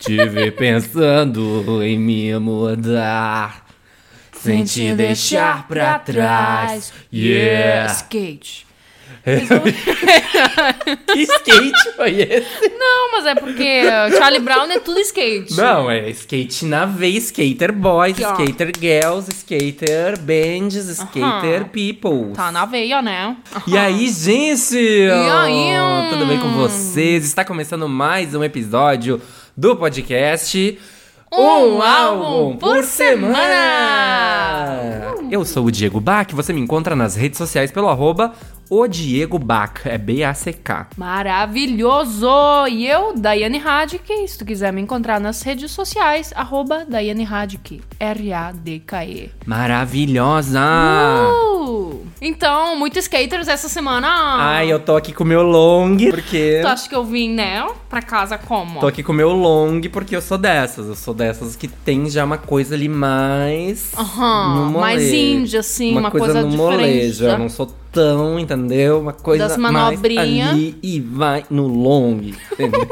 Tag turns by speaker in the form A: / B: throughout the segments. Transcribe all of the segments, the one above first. A: Tive pensando em me mudar. Sem te deixar pra trás. Yeah!
B: Skate.
A: Que skate foi esse?
B: Não, mas é porque o Charlie Brown é tudo skate.
A: Não, é skate na veia, skater boys,
B: ó.
A: skater girls, skater bands, skater
B: Aham.
A: people.
B: Tá na veia, né?
A: E aí, gente?
B: aí, hum?
A: Tudo bem com vocês? Está começando mais um episódio do podcast
B: Um Álbum por Uh! Semana!
A: Eu sou o Diego Bach, você me encontra nas redes sociais pelo arroba o Diego Bach, é B-A-C-K.
B: Maravilhoso! E eu, Daiane Radke, se tu quiser me encontrar nas redes sociais, arroba Daiane Radke, R-A-D-K-E.
A: Maravilhosa! Ah.
B: Uh! Então, muitos skaters essa semana.
A: Ai, eu tô aqui com o meu long, porque...
B: Tu acha que eu vim, né? Pra casa como?
A: Tô aqui com o meu long porque eu sou dessas. Eu sou dessas que tem já uma coisa ali mais.
B: Aham,
A: no
B: mais
A: molejo.
B: índia, assim, uma coisa
A: no
B: diferente,
A: molejo.
B: né?
A: Eu não sou tão, entendeu? Uma coisa
B: Das
A: mais
B: manobrinha.
A: ali e vai no long. entendeu?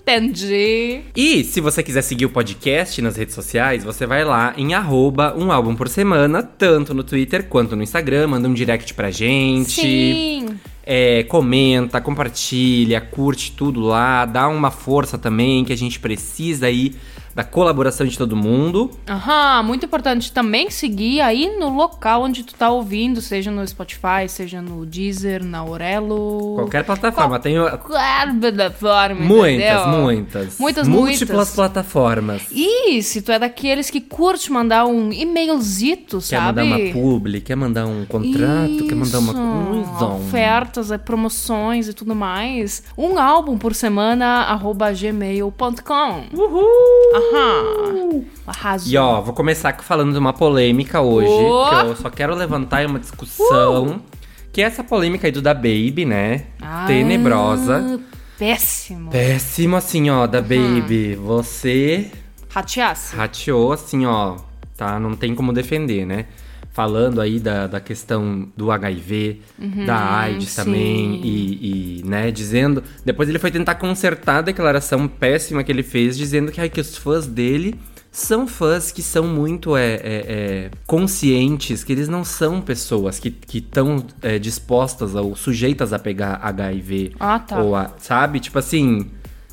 B: Entendi.
A: e se você quiser seguir o podcast nas redes sociais, você vai lá em arroba um álbum por semana, tanto no Twitter quanto no Instagram. Manda um direct pra gente.
B: Sim.
A: É, comenta, compartilha, curte tudo lá, dá uma força também, que a gente precisa aí da colaboração de todo mundo.
B: Aham, muito importante também seguir aí no local onde tu tá ouvindo, seja no Spotify, seja no Deezer, na Aurelo.
A: Qualquer plataforma, tem
B: Qualquer plataforma,
A: muitas,
B: entendeu?
A: muitas.
B: Muitas,
A: Múltiplas
B: muitas.
A: plataformas.
B: E se tu é daqueles que curte mandar um e-mailzito,
A: Quer
B: sabe?
A: mandar uma publi, quer mandar um contrato, quer mandar uma
B: Isso,
A: coisa. um-
B: Ofertas, é, promoções e tudo mais. Um álbum por semana, arroba gmail.com. Uhul! Aham. Arrasou.
A: E ó, vou começar falando de uma polêmica hoje,
B: Oh!
A: que eu só quero levantar uma discussão, que é essa polêmica aí do da Baby, né?
B: Uh! Ah,
A: Tenebrosa.
B: Péssimo.
A: Péssimo assim, ó, da Baby. Você
B: Rateasse.
A: rateou assim, ó, tá? Não tem como defender, né? Falando aí da, da questão do HIV, da AIDS
B: Uhum, sim.
A: também, e, e, né, dizendo. Depois ele foi tentar consertar a declaração péssima que ele fez, dizendo que, ai, que os fãs dele são fãs que são muito é, é, é, conscientes, que eles não são pessoas que estão dispostas ou sujeitas a pegar HIV.
B: Ah, tá.
A: Ou a- sabe? Tipo assim.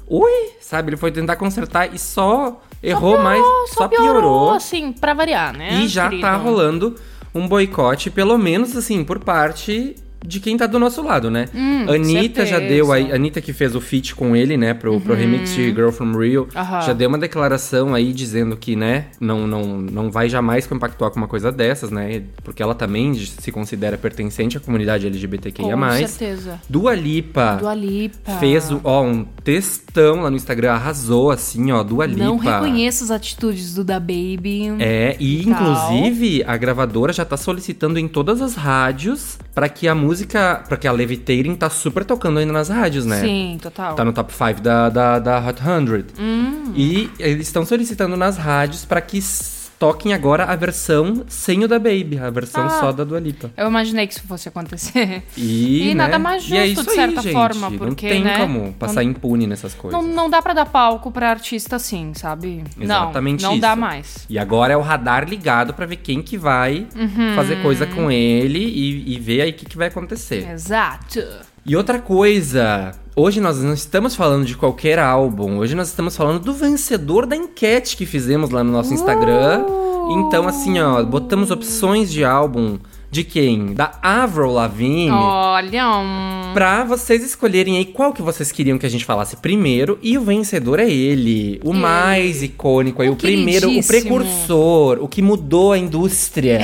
A: Ui, sabe? Ele foi tentar consertar e só errou mais.
B: Só,
A: Só
B: piorou,
A: piorou.
B: assim, pra variar, né?
A: E já
B: querido?
A: tá rolando um boicote, pelo menos assim, por parte de quem tá do nosso lado, né?
B: Hum,
A: Anitta já
B: certeza. Uhum.
A: deu. A Anitta que fez o feat com ele, né? Pro, pro remix de Girl from Rio.
B: Aham.
A: Já deu uma declaração aí dizendo que, né? Não, não, não vai jamais compactuar com uma coisa dessas, né? Porque ela também se considera pertencente à comunidade LGBTQIA.
B: Com certeza.
A: Dua Lipa.
B: Dua Lipa.
A: Fez o- ó, um textão lá no Instagram, arrasou assim, ó, Dua Lipa.
B: Não reconheço as atitudes do da Baby.
A: É, e
B: Tal.
A: inclusive a gravadora já tá solicitando em todas as rádios pra que a música, pra que a Levitating tá super tocando ainda nas rádios, né?
B: Sim, total.
A: Tá no top 5 da, da, da Hot 100.
B: Hum.
A: E eles estão solicitando nas rádios pra que s- toquem agora a versão sem o da Baby, a versão
B: Ah.
A: só da Dua Lipa.
B: Eu imaginei que isso fosse acontecer.
A: E,
B: E
A: né,
B: nada mais
A: e é
B: justo,
A: isso
B: de certa
A: aí, gente.
B: forma,
A: Não
B: porque,
A: tem
B: né,
A: como passar
B: não-
A: impune nessas coisas.
B: Não, não dá pra dar palco pra artista assim, sabe?
A: Exatamente
B: não, não
A: isso.
B: dá mais.
A: E agora é o radar ligado pra ver quem que vai
B: Uhum.
A: fazer coisa com ele e, e ver aí o que, que vai acontecer.
B: É. Exato.
A: E outra coisa, hoje nós não estamos falando de qualquer álbum, hoje nós estamos falando do vencedor da enquete que fizemos lá no nosso Instagram.
B: Uh!
A: Então, assim, ó, botamos opções de álbum de quem? Da Avril Lavigne.
B: Olha, um...
A: Pra vocês escolherem aí qual que vocês queriam que a gente falasse primeiro. E o vencedor é ele. O mais icônico aí,
B: O
A: o, primeiro, o
B: queridíssimo.
A: precursor, o que mudou a indústria.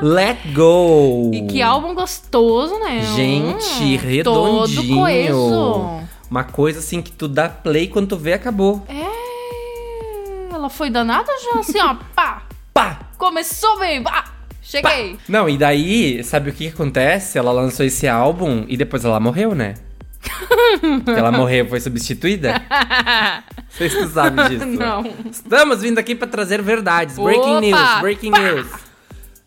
A: Let Go.
B: E que álbum gostoso, né?
A: Gente,
B: Hum,
A: redondinho.
B: Todo coeso.
A: Uma coisa assim que tu dá play quando tu vê, acabou.
B: É... Ela foi danada já, assim, ó. Pá!
A: Pá!
B: Começou bem! Pá! Cheguei!
A: Não, e daí, sabe o que, que acontece? Ela lançou esse álbum e depois ela morreu, né? Porque ela morreu, foi substituída. Vocês não sabem disso. né?
B: Não.
A: Estamos vindo aqui pra trazer verdades. Breaking
B: Opa!
A: news, breaking
B: Pá!
A: news.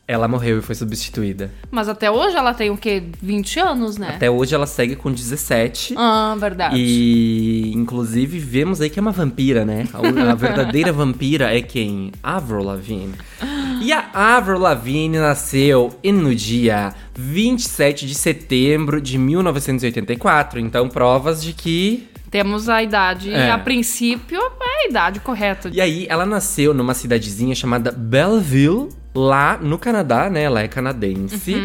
A: Ela morreu e foi substituída.
B: Mas até hoje ela tem o quê? 20 anos, né?
A: Até hoje ela segue com 17.
B: Ah, verdade.
A: E inclusive vemos aí que é uma vampira, né? A, a verdadeira vampira é quem? Avril Lavigne. E a Avril Lavigne nasceu em- no dia 27 de setembro de 1984. Então provas de que
B: Temos a idade,
A: É.
B: a princípio, é a idade correta.
A: E aí, ela nasceu numa cidadezinha chamada Belleville, lá no Canadá, né? Ela é canadense.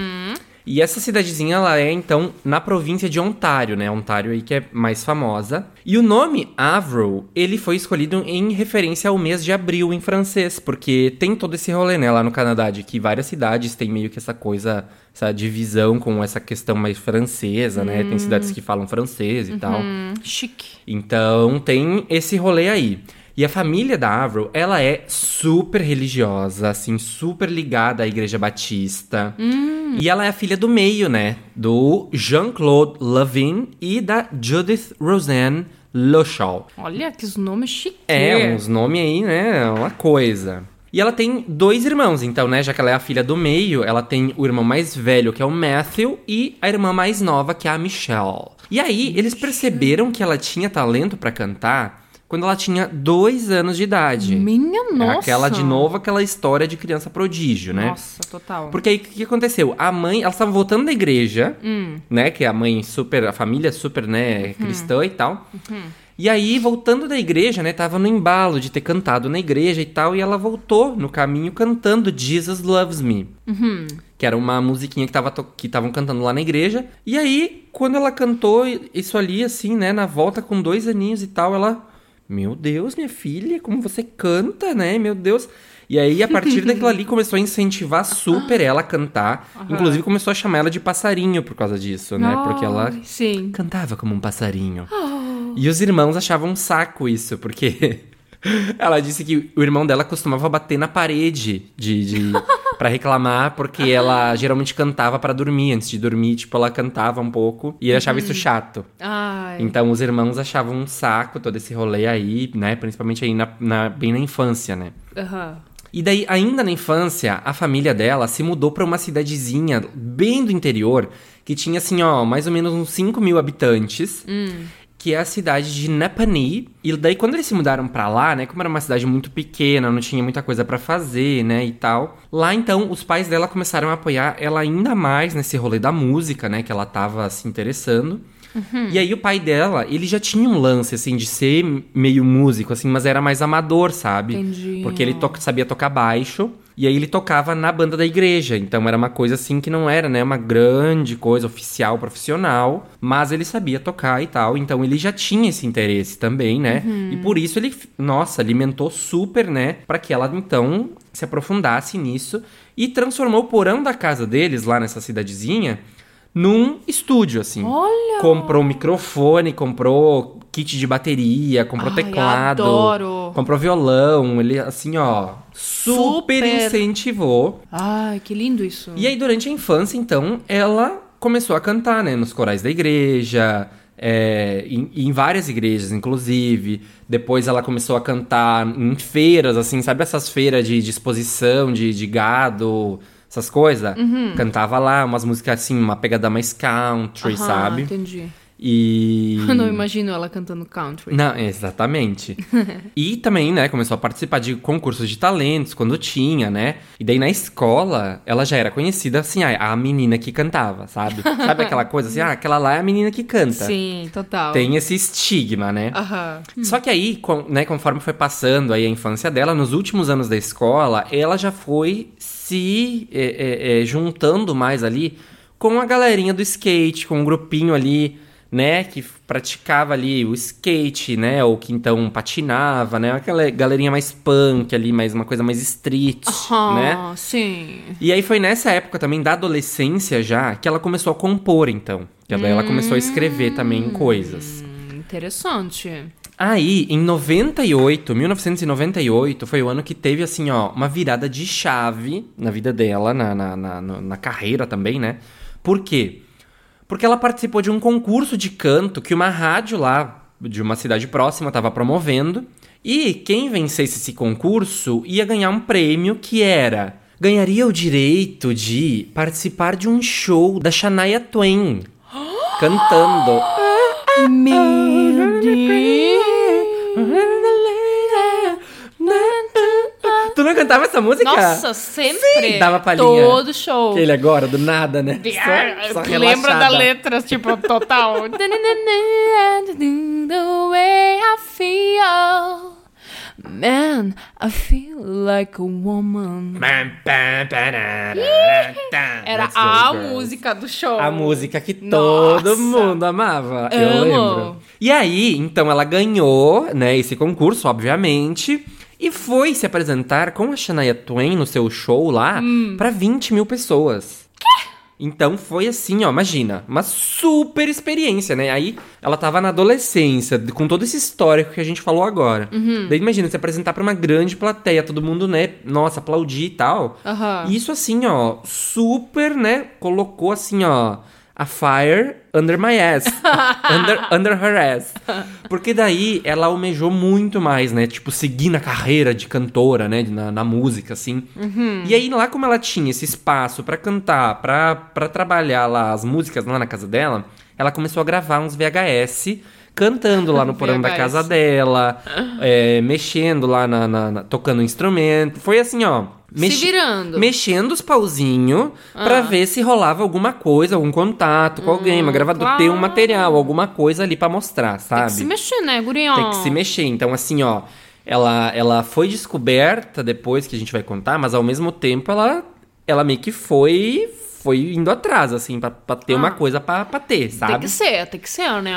A: E essa cidadezinha, ela é, então, na província de Ontário, né? Ontário aí que é mais famosa. E o nome Avril, ele foi escolhido em referência ao mês de abril em francês, porque tem todo esse rolê, né? Lá no Canadá, de que várias cidades têm meio que essa coisa, essa divisão com essa questão mais francesa, né? Tem cidades que falam francês e tal.
B: Hum, chique.
A: Então tem esse rolê aí. E a família da Avril, ela é super religiosa, assim, super ligada à Igreja Batista. E ela é a filha do meio, né? Do Jean-Claude Levin e da Judith Roseanne Lochal.
B: Olha, que nome chique.
A: É, uns nomes aí, né? Uma coisa. E ela tem dois irmãos, então, né? Já que ela é a filha do meio, ela tem o irmão mais velho, que é o Matthew, e a irmã mais nova, que é a Michelle. E aí, eles perceberam que ela tinha talento pra cantar quando ela tinha dois anos de idade.
B: Minha nossa.
A: É aquela, de novo, aquela história de criança prodígio, né?
B: Nossa, total.
A: Porque aí o que que aconteceu? A mãe, ela estava voltando da igreja, né? Que a mãe super, a família super, né, cristã e tal. E aí, voltando da igreja, né, tava no embalo de ter cantado na igreja e tal, e ela voltou no caminho cantando Jesus Loves Me. Que era uma musiquinha que tava to- que estavam cantando lá na igreja. E aí, quando ela cantou isso ali, assim, né, na volta com dois aninhos e tal, ela. Meu Deus, minha filha, como você canta, né? Meu Deus. E aí, a partir daquilo ali, começou a incentivar super ela a cantar. Inclusive, começou a chamar ela de passarinho por causa disso, né? Porque ela
B: Ai, Sim.
A: cantava como um passarinho. E os irmãos achavam um saco isso, porque ela disse que o irmão dela costumava bater na parede de, de para reclamar, porque ela geralmente cantava pra dormir, antes de dormir, tipo, ela cantava um pouco e ele achava isso chato.
B: Ai.
A: Então os irmãos achavam um saco todo esse rolê aí, né? Principalmente aí na- na, bem na infância, né?
B: Aham.
A: E daí, ainda na infância, a família dela se mudou pra uma cidadezinha bem do interior, que tinha, assim, ó, mais ou menos uns 5 mil habitantes, que é a cidade de Napani. E daí, quando eles se mudaram pra lá, né, como era uma cidade muito pequena, não tinha muita coisa pra fazer, né, e tal, lá, então, os pais dela começaram a apoiar ela ainda mais nesse rolê da música, né, que ela tava se interessando. E aí o pai dela, ele já tinha um lance, assim, de ser meio músico, assim, mas era mais amador, sabe?
B: Entendi.
A: Porque ele to- sabia tocar baixo. E aí ele tocava na banda da igreja. Então era uma coisa assim que não era, né? Uma grande coisa oficial, profissional. Mas ele sabia tocar e tal. Então ele já tinha esse interesse também, né?
B: Uhum.
A: E por isso ele, nossa, alimentou super, né? Pra que ela então se aprofundasse nisso. E transformou o porão da casa deles, lá nessa cidadezinha, num estúdio, assim.
B: Olha!
A: Comprou microfone, comprou kit de bateria, comprou
B: Ai,
A: teclado,
B: adoro.
A: comprou violão, ele assim, ó, super,
B: Super.
A: incentivou.
B: Ai, que lindo isso.
A: E é aí durante a infância, então, ela começou a cantar, né, nos corais da igreja, é, em, em várias igrejas, inclusive. Depois ela começou a cantar em feiras, assim, sabe essas feiras de, de exposição, de, de gado, essas coisas?
B: Uhum.
A: Cantava lá umas músicas assim, uma pegada mais country,
B: Aham,
A: sabe?
B: Entendi.
A: E.
B: Eu não imagino ela cantando country.
A: Não, exatamente. e também, né, começou a participar de concursos de talentos quando tinha, né? E daí na escola, ela já era conhecida assim, a, a menina que cantava, sabe? Sabe aquela coisa assim, ah, aquela lá é a menina que canta.
B: Sim, total.
A: Tem esse estigma, né?
B: Aham.
A: Só que aí, com- né, conforme foi passando aí a infância dela, nos últimos anos da escola, ela já foi se é, é, é, juntando mais ali com a galerinha do skate, com um grupinho ali, né, que praticava ali o skate, né, ou que então patinava, né, aquela galerinha mais punk ali, mais uma coisa mais street,
B: Aham,
A: né?
B: Sim.
A: E aí foi nessa época também da adolescência já que ela começou a compor então, que daí ela começou a escrever também coisas.
B: Hum, interessante.
A: Aí, em 98, 1998, foi o ano que teve, assim, ó, uma virada de chave na vida dela, na, na, na, no- na carreira também, né? Por quê? Porque ela participou de um concurso de canto que uma rádio lá, de uma cidade próxima, tava promovendo. E quem vencesse esse concurso ia ganhar um prêmio que era... Ganharia o direito de participar de um show da Shania Twain. Cantando. Ah,
B: Meu Deus.
A: Tu não cantava essa música?
B: Nossa, sempre.
A: Sim, dava palhinha.
B: Todo show.
A: Ele agora, do nada, né?
B: Ah,
A: Só, só
B: lembra da
A: relaxada.
B: letra, tipo, total. The way I feel. Man, I feel like a woman. Era
A: That's those
B: a
A: girls.
B: música do show.
A: A música que
B: Nossa.
A: todo mundo amava.
B: Amo.
A: Eu lembro. E aí, então, ela ganhou, né, esse concurso, obviamente. E foi se apresentar com a Shania Twain no seu show lá
B: Hum.
A: pra 20 mil pessoas. Então foi assim, ó, imagina, uma super experiência, né? Aí ela tava na adolescência, d- com todo esse histórico que a gente falou agora.
B: Uhum.
A: Daí imagina se apresentar pra uma grande plateia, todo mundo, né? Nossa, aplaudir e tal.
B: Aham.
A: E isso assim, ó, super, né? Colocou assim, ó, a fire under my ass. under, under her ass. Porque daí ela almejou muito mais, né? Tipo, seguir na carreira de cantora, né? Na, na música, assim. E aí lá como ela tinha esse espaço pra cantar, pra, pra trabalhar lá as músicas lá na casa dela, ela começou a gravar uns VHS cantando lá no porão da
B: VHS.
A: casa dela, é, mexendo lá na, na- na- tocando instrumento. Foi assim, ó. mexi-
B: virando.
A: Mexendo os pauzinhos
B: Ah.
A: pra ver se rolava alguma coisa, algum contato com alguém, uma gravadora, ter
B: Hum,
A: um
B: claro.
A: material, alguma coisa ali pra mostrar, sabe?
B: Tem que se mexer, né, gurião?
A: Tem que se mexer. Então, assim, ó, ela, ela foi descoberta depois que a gente vai contar, mas ao mesmo tempo ela, ela meio que foi foi indo atrás, assim, pra, pra ter uma coisa pra, pra ter, sabe?
B: Ah. Tem que ser, tem que ser, né?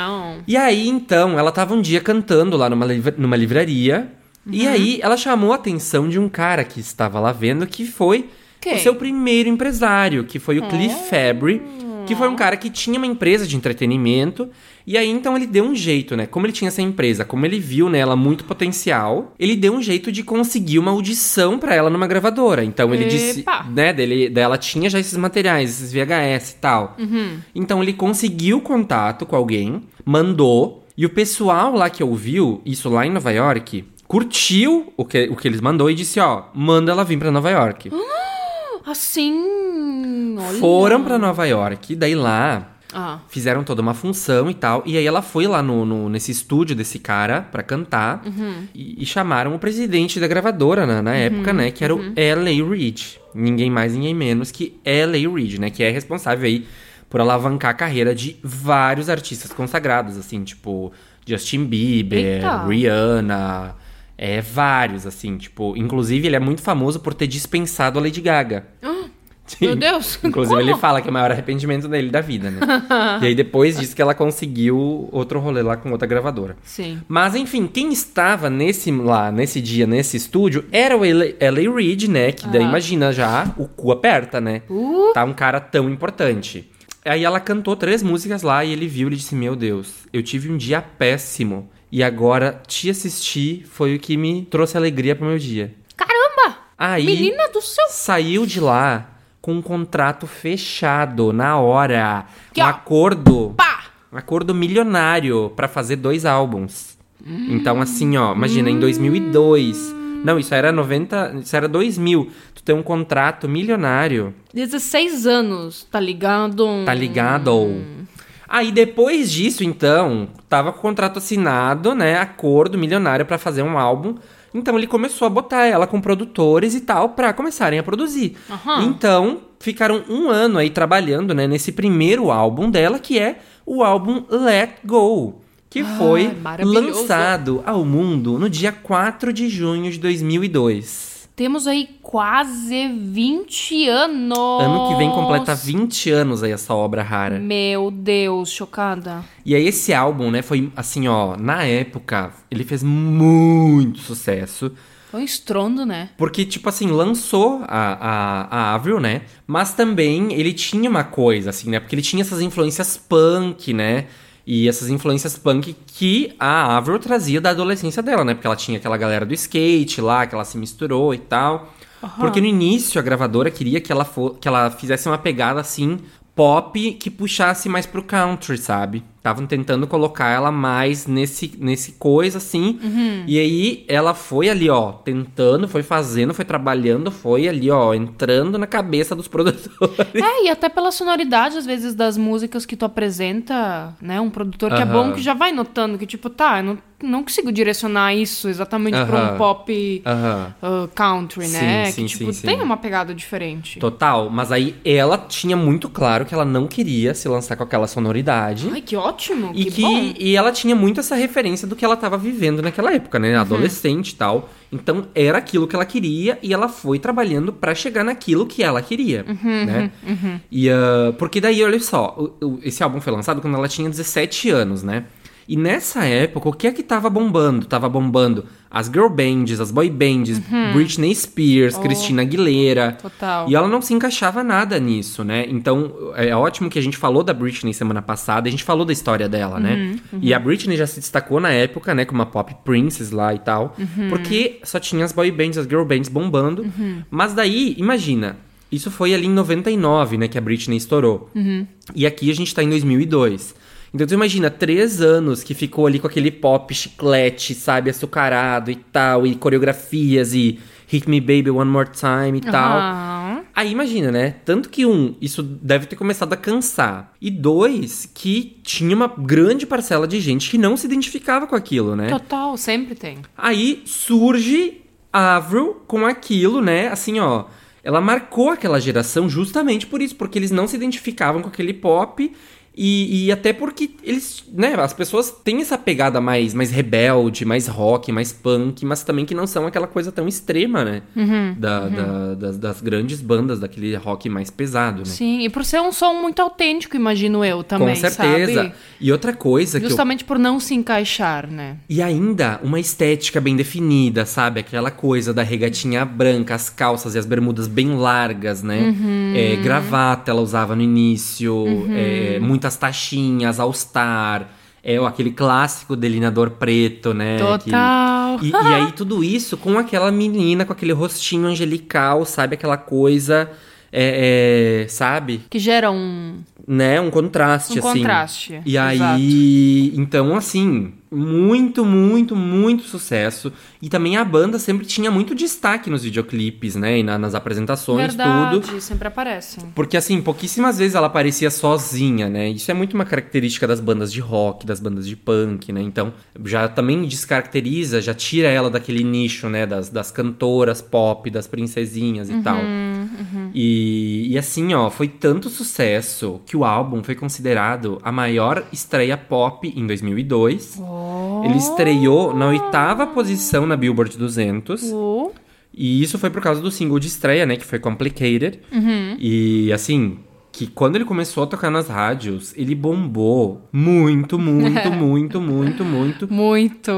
A: E aí, então, ela tava um dia cantando lá numa, livra- numa livraria. E aí, ela chamou a atenção de um cara que estava lá vendo, que foi
B: Quem?
A: o seu primeiro empresário, que foi o Cliff Fabry, que foi um cara que tinha uma empresa de entretenimento. E aí, então, ele deu um jeito, né? Como ele tinha essa empresa, como ele viu nela muito potencial, ele deu um jeito de conseguir uma audição pra ela numa gravadora. Então, ele disse,
B: Epa.
A: né, dele, dela tinha já esses materiais, esses VHS e tal.
B: Uhum.
A: Então ele conseguiu contato com alguém, mandou, e o pessoal lá que ouviu isso lá em Nova York curtiu o que, o que eles mandou e disse: ó, manda ela vir pra Nova York.
B: Ah, Assim, olha.
A: Foram pra Nova York, daí lá
B: Ah.
A: fizeram toda uma função e tal. E aí ela foi lá no, no- nesse estúdio desse cara pra cantar.
B: Uhum.
A: E, e chamaram o presidente da gravadora na, na época, né? Que era o
B: Uhum.
A: L.A. Reid. Ninguém mais, ninguém menos que L.A. Reid, né? Que é responsável aí por alavancar a carreira de vários artistas consagrados, assim, tipo Justin Bieber,
B: Eita.
A: Rihanna. É, vários, assim, tipo... Inclusive, ele é muito famoso por ter dispensado a Lady Gaga. Sim.
B: Ah, Meu Deus,
A: Inclusive,
B: como?
A: ele fala que é o maior arrependimento dele da vida, né? e aí depois diz que ela conseguiu outro rolê lá com outra gravadora.
B: Sim.
A: Mas enfim, quem estava nesse lá, nesse dia, nesse estúdio, era o L.A. Reid, né? Que daí imagina já, o cu aperta, né? Tá um cara tão importante. Aí ela cantou três músicas lá e ele viu e disse: Meu Deus, eu tive um dia péssimo. E agora te assistir foi o que me trouxe alegria pro meu dia.
B: Caramba!
A: Aí
B: Menina do céu!
A: saiu de lá com um contrato fechado na hora.
B: Que
A: um
B: ó.
A: acordo.
B: Pá!
A: Um acordo milionário pra fazer dois álbuns.
B: Hum.
A: Então, assim, ó, imagina, em 2002. Não, isso era 90. Isso era 2000. Tu tem um contrato milionário.
B: 16 anos, tá ligado?
A: Tá ligado? Aí depois disso, então, tava com o contrato assinado, né? Acordo milionário pra fazer um álbum. Então ele começou a botar ela com produtores e tal pra começarem a produzir.
B: Aham.
A: Então ficaram um ano aí trabalhando, né? Nesse primeiro álbum dela, que é o álbum Let Go, que foi
B: Ah, maravilhoso.
A: lançado ao mundo no dia 4 de junho de 2002.
B: Temos aí quase 20 anos.
A: Ano que vem completa 20 anos aí essa obra rara.
B: Meu Deus, chocada.
A: E aí esse álbum, né, foi assim, ó, na época, ele fez muito sucesso.
B: Foi um estrondo, né?
A: Porque, tipo assim, lançou a, a, a Avril, né? Mas também ele tinha uma coisa, assim, né? Porque ele tinha essas influências punk, né? E essas influências punk que a Avril trazia da adolescência dela, né? Porque ela tinha aquela galera do skate lá, que ela se misturou e tal. Porque no início a gravadora queria que ela, fo que ela fizesse uma pegada, assim, pop que puxasse mais pro country, sabe? Estavam tentando colocar ela mais nesse, nesse coisa, assim. E aí ela foi ali, ó, tentando, foi fazendo, foi trabalhando, foi ali, ó, entrando na cabeça dos produtores.
B: É, e até pela sonoridade, às vezes, das músicas que tu apresenta, né? Um produtor que é
A: Aham.
B: bom que já vai notando que, tipo, tá, eu não, não consigo direcionar isso exatamente pra
A: Aham.
B: um pop
A: Aham.
B: ah, country, né?
A: Sim, sim,
B: que, tipo,
A: sim, sim.
B: tem uma pegada diferente.
A: Total, mas aí ela tinha muito claro que ela não queria se lançar com aquela sonoridade.
B: Ai, que ótimo,
A: E,
B: que,
A: que,
B: bom.
A: e né? ela tinha muito essa referência do que ela tava vivendo naquela época,
B: Uhum.
A: né? Adolescente e tal. Então era aquilo que ela queria e ela foi trabalhando pra chegar naquilo que ela queria,
B: Uhum,
A: né? E, ah, porque daí, olha só, o- o- esse álbum foi lançado quando ela tinha 17 anos, né? E nessa época, o que é que tava bombando? Tava bombando as girl bands, as boy bands, Britney Spears, Christina Aguilera.
B: Uhum. Oh. Total.
A: E ela não se encaixava nada nisso, né? Então, é ótimo que a gente falou da Britney semana passada, a gente falou da história dela, né? E a Britney já se destacou na época, né, como uma pop princess lá e tal, porque só tinha as boy bands, as girl bands bombando. Mas daí, imagina, isso foi ali em 99, né, que a Britney estourou. E aqui a gente tá em 2002. Então tu imagina, três anos que ficou ali com aquele pop chiclete, sabe, açucarado e tal, e coreografias e Hit Me Baby One More Time e tal.
B: Aham.
A: Aí imagina, né? Tanto que um, isso deve ter começado a cansar. E dois, que tinha uma grande parcela de gente que não se identificava com aquilo, né?
B: Total, sempre tem.
A: Aí surge a Avril com aquilo, né? Assim, ó. Ela marcou aquela geração justamente por isso, porque eles não se identificavam com aquele pop. E, e até porque eles, né, as pessoas têm essa pegada mais, mais rebelde, mais rock, mais punk, mas também que não são aquela coisa tão extrema, né?
B: Uhum.
A: da, da- das, das grandes bandas, daquele rock mais pesado, né?
B: Sim, e por ser um som muito autêntico, imagino eu também,
A: com certeza.
B: sabe?
A: E outra coisa que eu
B: Justamente por não se encaixar, né?
A: E ainda uma estética bem definida, sabe? Aquela coisa da regatinha branca, as calças e as bermudas bem largas, né? É, gravata ela usava no início, é, muitas taxinhas, all-star. É ó, aquele clássico delineador preto, né? Que-
B: Total.
A: e, e aí tudo isso com aquela menina, com aquele rostinho angelical, sabe? Aquela coisa, é, é, sabe?
B: Que gera um.
A: né, um contraste,
B: Um
A: assim.
B: contraste,
A: E
B: exato.
A: aí, então, assim, muito, muito, muito sucesso. E também a banda sempre tinha muito destaque nos videoclipes, né, e na- nas apresentações,
B: Verdade,
A: tudo.
B: sempre aparecem.
A: Porque, assim, pouquíssimas vezes ela aparecia sozinha, né? Isso é muito uma característica das bandas de rock, das bandas de punk, né? Então, já também descaracteriza, já tira ela daquele nicho, né? Das, das cantoras pop, das princesinhas e tal. E, e assim, ó, foi tanto sucesso que o álbum foi considerado a maior estreia pop em 2002. Ele estreou na oitava posição na Billboard 200.
B: O-
A: E isso foi por causa do single de estreia, né? Que foi Complicated. E assim, que quando ele começou a tocar nas rádios, ele bombou muito, muito, muito, muito, muito.
B: Muito.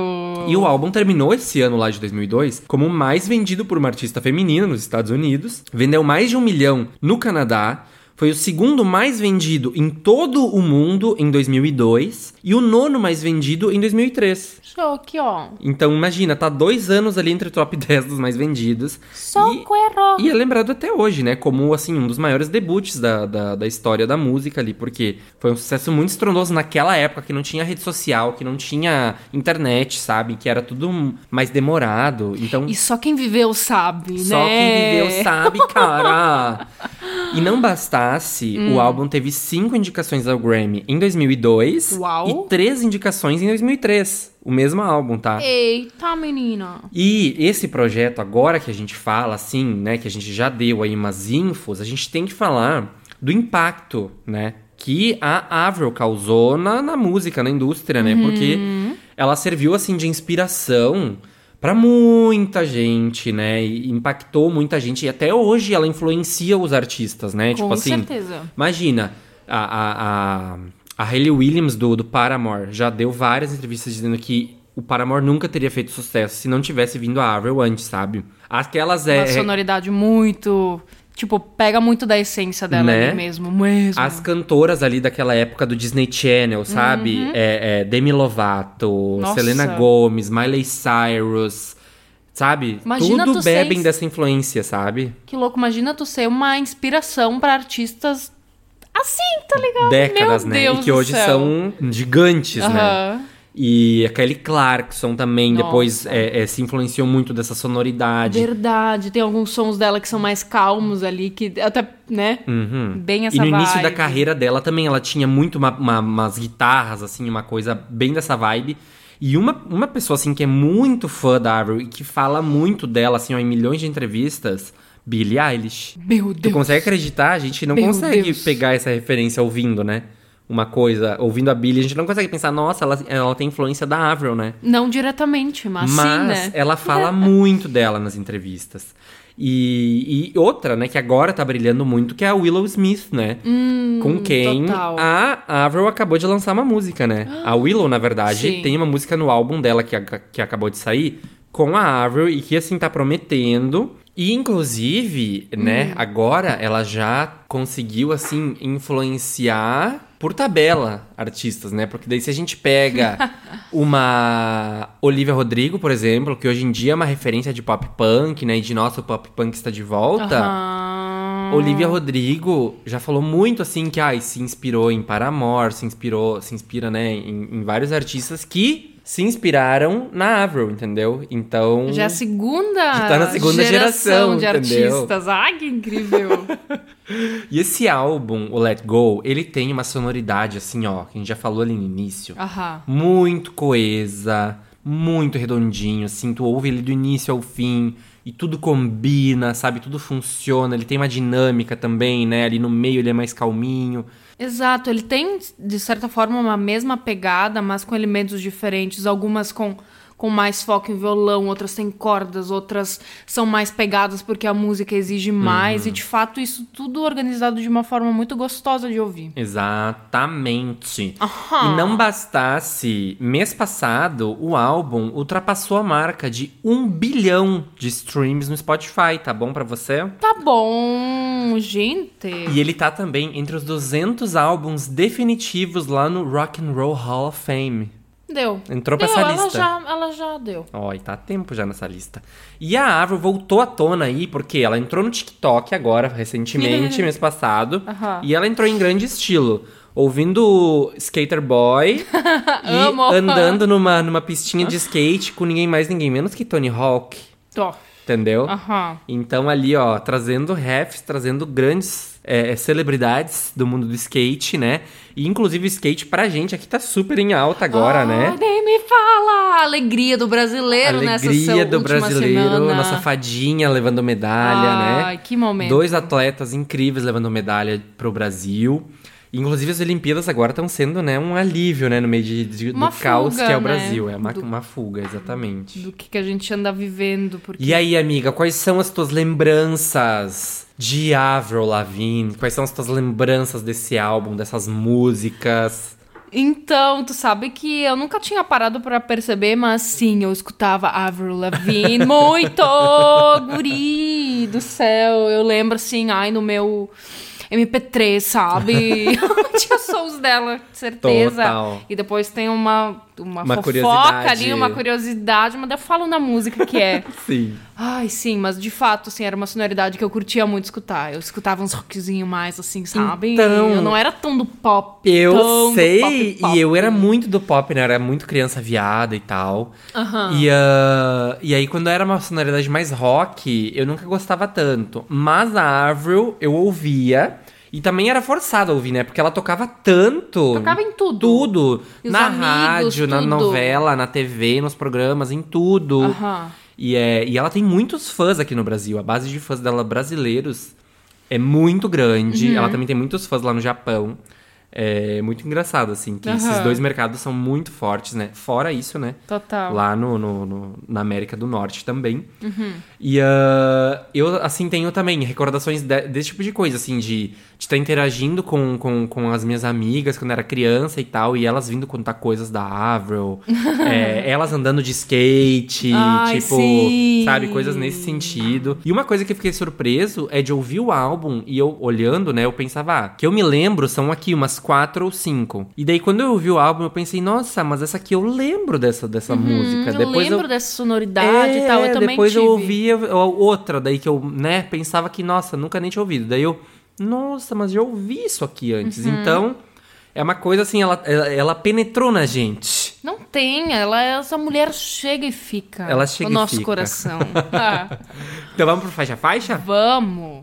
A: E o álbum terminou esse ano lá de 2002 como o mais vendido por uma artista feminina nos Estados Unidos. Vendeu mais de um milhão no Canadá. Foi o segundo mais vendido em todo o mundo em 2002 e o nono mais vendido em 2003.
B: Show aqui, ó.
A: Então imagina, tá dois anos ali entre o top 10 dos mais vendidos.
B: Socorro!
A: E, e é lembrado até hoje, né? Como assim, um dos maiores debuts da, da, da história da música ali, porque foi um sucesso muito estrondoso naquela época que não tinha rede social, que não tinha internet, sabe? Que era tudo mais demorado. Então.
B: E só quem viveu sabe,
A: Só
B: né?
A: quem viveu sabe, cara. e não bastasse,
B: Hum.
A: o álbum teve cinco indicações ao Grammy em 2002
B: Uau.
A: e três indicações em 2003. O mesmo álbum, tá?
B: Eita, menina.
A: E esse projeto, agora que a gente fala assim, né, que a gente já deu aí umas infos, a gente tem que falar do impacto, né, que a Avril causou na, na música, na indústria, né, porque
B: Uhum.
A: ela serviu assim de inspiração pra muita gente, né, e impactou muita gente e até hoje ela influencia os artistas, né, tipo
B: Com
A: assim.
B: certeza.
A: Imagina, a, a, a, a Hayley Williams do, do Paramore já deu várias entrevistas dizendo que o Paramore nunca teria feito sucesso se não tivesse vindo a Avril antes, sabe? Aquelas é,
B: Uma sonoridade muito. Tipo, pega muito da essência dela
A: Né?
B: ali mesmo. Mesmo.
A: As cantoras ali daquela época do Disney Channel, sabe? É, é, Demi Lovato,
B: Uhum. Nossa.
A: Selena Gomez, Miley Cyrus, sabe?
B: Imagina
A: Tudo
B: tu
A: bebem
B: ser-
A: dessa influência, sabe?
B: Que louco, imagina tu ser uma inspiração pra artistas assim, tá ligado?
A: Décadas,
B: Meu
A: né?
B: Deus
A: e que
B: do
A: hoje
B: céu.
A: são gigantes, né?
B: Aham.
A: E a Kelly Clarkson também
B: Nossa.
A: depois é, é, se influenciou muito dessa sonoridade.
B: Verdade, tem alguns sons dela que são mais calmos ali, que até, né? Bem essa
A: Uhum. e no início da
B: vibe.
A: carreira dela também ela tinha muito uma- uma- umas guitarras, assim, uma coisa bem dessa vibe. E uma, uma pessoa, assim, que é muito fã da Avril e que fala muito dela, assim, ó, em milhões de entrevistas, Billie Eilish.
B: Meu
A: Tu
B: Deus.
A: consegue acreditar? A gente não
B: Meu
A: consegue
B: Deus.
A: pegar essa referência ouvindo, né? Uma coisa, ouvindo a Billie, a gente não consegue pensar, nossa, ela, ela tem influência da Avril, né?
B: Não diretamente, mas, sim, né?
A: ela fala muito dela nas entrevistas. E, e outra, né, que agora tá brilhando muito, que é a Willow Smith, né? com quem
B: Hum, total.
A: a Avril acabou de lançar uma música, né? A Willow, na verdade,
B: Sim.
A: tem uma música no álbum dela que, a- que acabou de sair com a Avril e que, assim, tá prometendo. E, inclusive, né, agora ela já conseguiu, assim, influenciar por tabela artistas, né? Porque daí se a gente pega uma Olivia Rodrigo, por exemplo, que hoje em dia é uma referência de pop punk, né? E de nossa, o pop punk está de volta.
B: Aham.
A: Olivia Rodrigo já falou muito assim que ai, se inspirou em Paramore, se inspirou, se inspira, né, em, em vários artistas que se inspiraram na Avril, entendeu? Então,
B: Já é a segunda,
A: Já tá na segunda geração,
B: de
A: entendeu?
B: artistas. Ah, que incrível.
A: e esse álbum, o Let Go, ele tem uma sonoridade assim, ó, que a gente já falou ali no início,
B: Aham.
A: muito coesa, muito redondinho, assim, tu ouve ele do início ao fim e tudo combina, sabe? Tudo funciona, ele tem uma dinâmica também, né? Ali no meio ele é mais calminho.
B: Exato, ele tem, de certa forma, uma mesma pegada, mas com elementos diferentes. Algumas com, com mais foco em violão, outras têm cordas, outras são mais pegadas porque a música exige mais.
A: Uhum.
B: E, de fato, isso tudo organizado de uma forma muito gostosa de ouvir.
A: Exatamente.
B: Aham.
A: E não bastasse, mês passado o álbum ultrapassou a marca de um bilhão de streams no Spotify, tá bom pra você?
B: Tá bom, gente.
A: E ele tá também entre os 200 álbuns definitivos lá no Rock and Roll Hall of Fame.
B: Deu.
A: Entrou pra
B: deu,
A: essa
B: ela
A: lista.
B: Já, ela já deu.
A: Ó, e tá há tempo já nessa lista. E a Avril voltou à tona aí, porque ela entrou no TikTok agora, recentemente, mês passado.
B: Aham.
A: E ela entrou em grande estilo. Ouvindo Skater Boy
B: Amo. Ah.
A: e andando numa, numa pistinha de skate com ninguém mais, ninguém menos que Tony Hawk.
B: Tô.
A: Entendeu?
B: Aham.
A: Então ali, ó, trazendo refs, trazendo grandes é, celebridades do mundo do skate, né? E inclusive o skate pra gente aqui tá super em alta agora, né?
B: Ah, nem me fala! A alegria do brasileiro nessa
A: alegria
B: seu
A: do
B: última
A: brasileiro,
B: semana.
A: nossa fadinha levando medalha, né?
B: Ai, que momento.
A: Dois atletas incríveis levando medalha pro Brasil. Inclusive as Olimpíadas agora estão sendo, né, um alívio, né, no meio de, de- do
B: Uma
A: caos que
B: fuga,
A: é o
B: né?
A: Brasil. É uma,
B: Do-
A: uma fuga, exatamente.
B: do que, que a gente anda vivendo. Porque...
A: E aí, amiga, quais são as tuas lembranças de Avril Lavigne? Quais são as tuas lembranças desse álbum, dessas músicas?
B: Então, tu sabe que eu nunca tinha parado pra perceber, mas sim, eu escutava Avril Lavigne muito! Guri do céu! Eu lembro assim, ai, no meu. MP3, sabe? Tinha sons dela, de certeza.
A: Total.
B: E depois tem uma, uma,
A: Uma
B: fofoca
A: curiosidade.
B: ali, uma curiosidade, mas eu falo na música que é.
A: Sim.
B: Ai, sim, mas de fato, assim, era uma sonoridade que eu curtia muito escutar. Eu escutava uns rockzinho mais, assim, sabe?
A: Então-
B: eu não era tão do pop.
A: Eu
B: tão do
A: sei,
B: pop, pop.
A: e eu era muito do pop, né? Eu era muito criança viada e tal. E, ah, e aí, quando era uma sonoridade mais rock, eu nunca gostava tanto. Mas a Avril eu ouvia. E também era forçado a ouvir, né? Porque ela tocava tanto.
B: Tocava em tudo.
A: Tudo.
B: E os
A: na
B: amigos,
A: rádio, na
B: tudo.
A: novela, na TV, nos programas, em tudo.
B: Aham.
A: E, é, e ela tem muitos fãs aqui no Brasil. A base de fãs dela brasileiros é muito grande.
B: Uhum.
A: Ela também tem muitos fãs lá no Japão. É muito engraçado, assim, que esses
B: Aham.
A: dois mercados são muito fortes, né? Fora isso, né?
B: Total. Uhum.
A: Lá no, no- no- na América do Norte também. E ah, eu, assim, tenho também recordações de- desse tipo de coisa, assim, de estar de tá interagindo com, com, com as minhas amigas quando era criança e tal, e elas vindo contar coisas da Avril, é, elas andando de skate,
B: Ai,
A: tipo,
B: sim.
A: sabe, coisas nesse sentido. E uma coisa que eu fiquei surpreso é de ouvir o álbum e eu olhando, né, eu pensava, ah, que eu me lembro são aqui umas quatro ou cinco. E daí quando eu ouvi o álbum, eu pensei, nossa, mas essa aqui eu lembro dessa, dessa música.
B: Uhum, eu
A: Depois
B: lembro
A: eu... É,
B: dessa sonoridade e tal, eu também
A: depois
B: tive.
A: eu ouvia eu- outra, daí que eu, né, pensava que, nossa, nunca nem tinha ouvido. Daí eu, nossa, mas eu ouvi isso aqui antes.
B: Uhum.
A: Então, é uma coisa assim, ela, ela, ela penetrou na gente.
B: Não tem, ela essa mulher chega e fica.
A: Ela chega
B: no
A: e
B: nosso
A: fica.
B: coração. Ah,
A: Então vamos pro faixa-faixa?
B: vamos.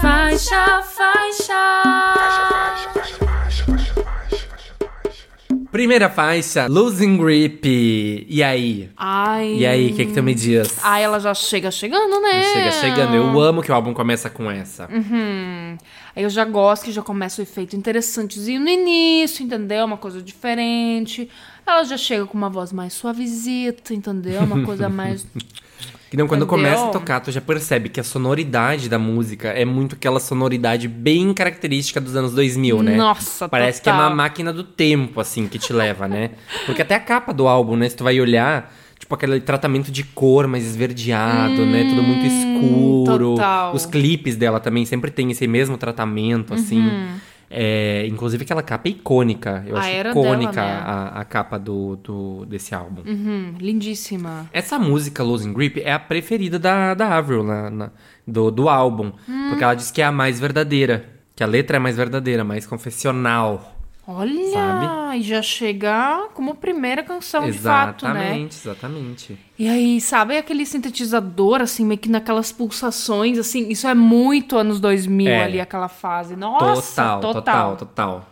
B: Faixa, faixa.
A: Primeira faixa, Losing Grip. E aí?
B: Ai.
A: E aí, o que que tu me diz?
B: Ai, ela já chega chegando, né?
A: Chega chegando. Eu amo que o álbum começa com essa.
B: Aí eu já gosto que já começa o efeito interessantezinho no início, entendeu? Uma coisa diferente. Ela já chega com uma voz mais suavizita, entendeu? Uma coisa mais.
A: Então, quando
B: Entendeu?
A: começa a tocar, tu já percebe que a sonoridade da música é muito aquela sonoridade bem característica dos anos 2000, né?
B: Nossa,
A: Parece que é
B: total.
A: uma máquina do tempo, assim, que te leva, né? Porque até a capa do álbum, né? Se tu vai olhar, tipo, aquele tratamento de cor mais esverdeado, né? Tudo muito escuro.
B: Hum, total.
A: Os clipes dela também sempre tem esse mesmo tratamento, assim. É, inclusive aquela capa é icônica. Eu
B: Uhum. A
A: acho
B: era dela,
A: icônica
B: né?
A: a, a capa do, do- desse álbum.
B: Hum, lindíssima.
A: Essa música, Losing Grip, é a preferida da, da Avril na- na- do, do álbum. Porque ela diz que é a mais verdadeira. Que a letra é mais verdadeira, mais confessional.
B: Olha!
A: Sabe?
B: E já chega como primeira canção de fato, né?
A: exatamente, exatamente.
B: E aí, sabe aquele sintetizador, assim, meio que naquelas pulsações, assim, isso é muito anos 2000
A: É.
B: ali, aquela fase. Nossa,
A: total, total, total.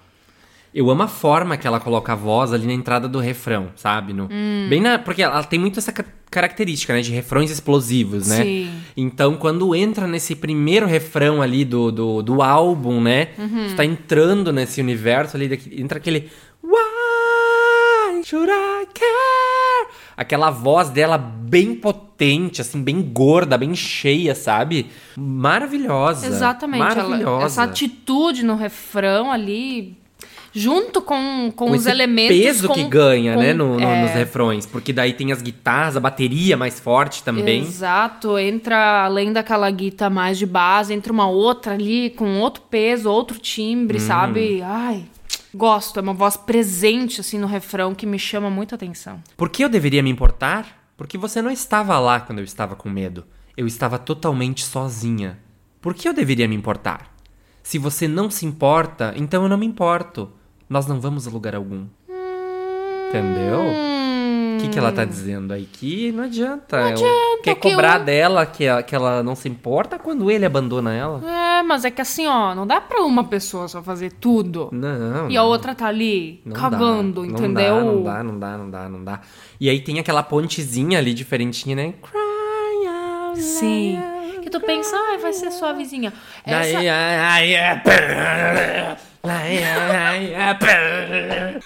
A: Eu amo a forma que ela coloca a voz ali na entrada do refrão, sabe? No,
B: Hum.
A: Bem na, porque ela tem muito essa ca- característica, né? De refrões explosivos, né?
B: Sim.
A: Então, quando entra nesse primeiro refrão ali do, do, do álbum, né?
B: Uhum.
A: Tu tá entrando nesse universo ali, daqui- entra aquele... Why should I care? Aquela voz dela bem potente, assim, bem gorda, bem cheia, sabe? Maravilhosa.
B: Exatamente. ela-
A: Maravilhosa.
B: essa atitude no refrão ali, junto com, com, os
A: esse
B: elementos.
A: peso que
B: com-
A: ganha,
B: com-
A: né, no- no-
B: é,
A: nos refrões. Porque daí tem as guitarras, a bateria mais forte também.
B: Exato, entra além daquela guita mais de base, entra uma outra ali com outro peso, outro
A: Hum.
B: timbre, sabe? Ai, gosto, é uma voz presente assim no refrão que me chama muita atenção.
A: Por que eu deveria me importar? Porque você não estava lá quando eu estava com medo. Eu estava totalmente sozinha. Por que eu deveria me importar? Se você não se importa, então eu não me importo. Nós não vamos a lugar algum. Entendeu? O
B: Hum,
A: que, que ela tá dizendo aí? Que não adianta. Não adianta quer
B: que
A: cobrar
B: um-
A: dela que ela, que ela não se importa quando ele abandona ela.
B: É, mas é que assim, ó, não dá pra uma pessoa só fazer tudo.
A: Não.
B: E a
A: não.
B: outra tá ali
A: Não
B: cagando,
A: dá,
B: entendeu?
A: Não dá, não dá, não dá, não dá, não dá. E aí tem aquela pontezinha ali diferentinha, né? Cry out
B: Sim.
A: loud.
B: Que tu pensa, ai, vai ser sua vizinha. Essa...
A: Ai, ai, ai, é, pá, ai, ai, é, pá.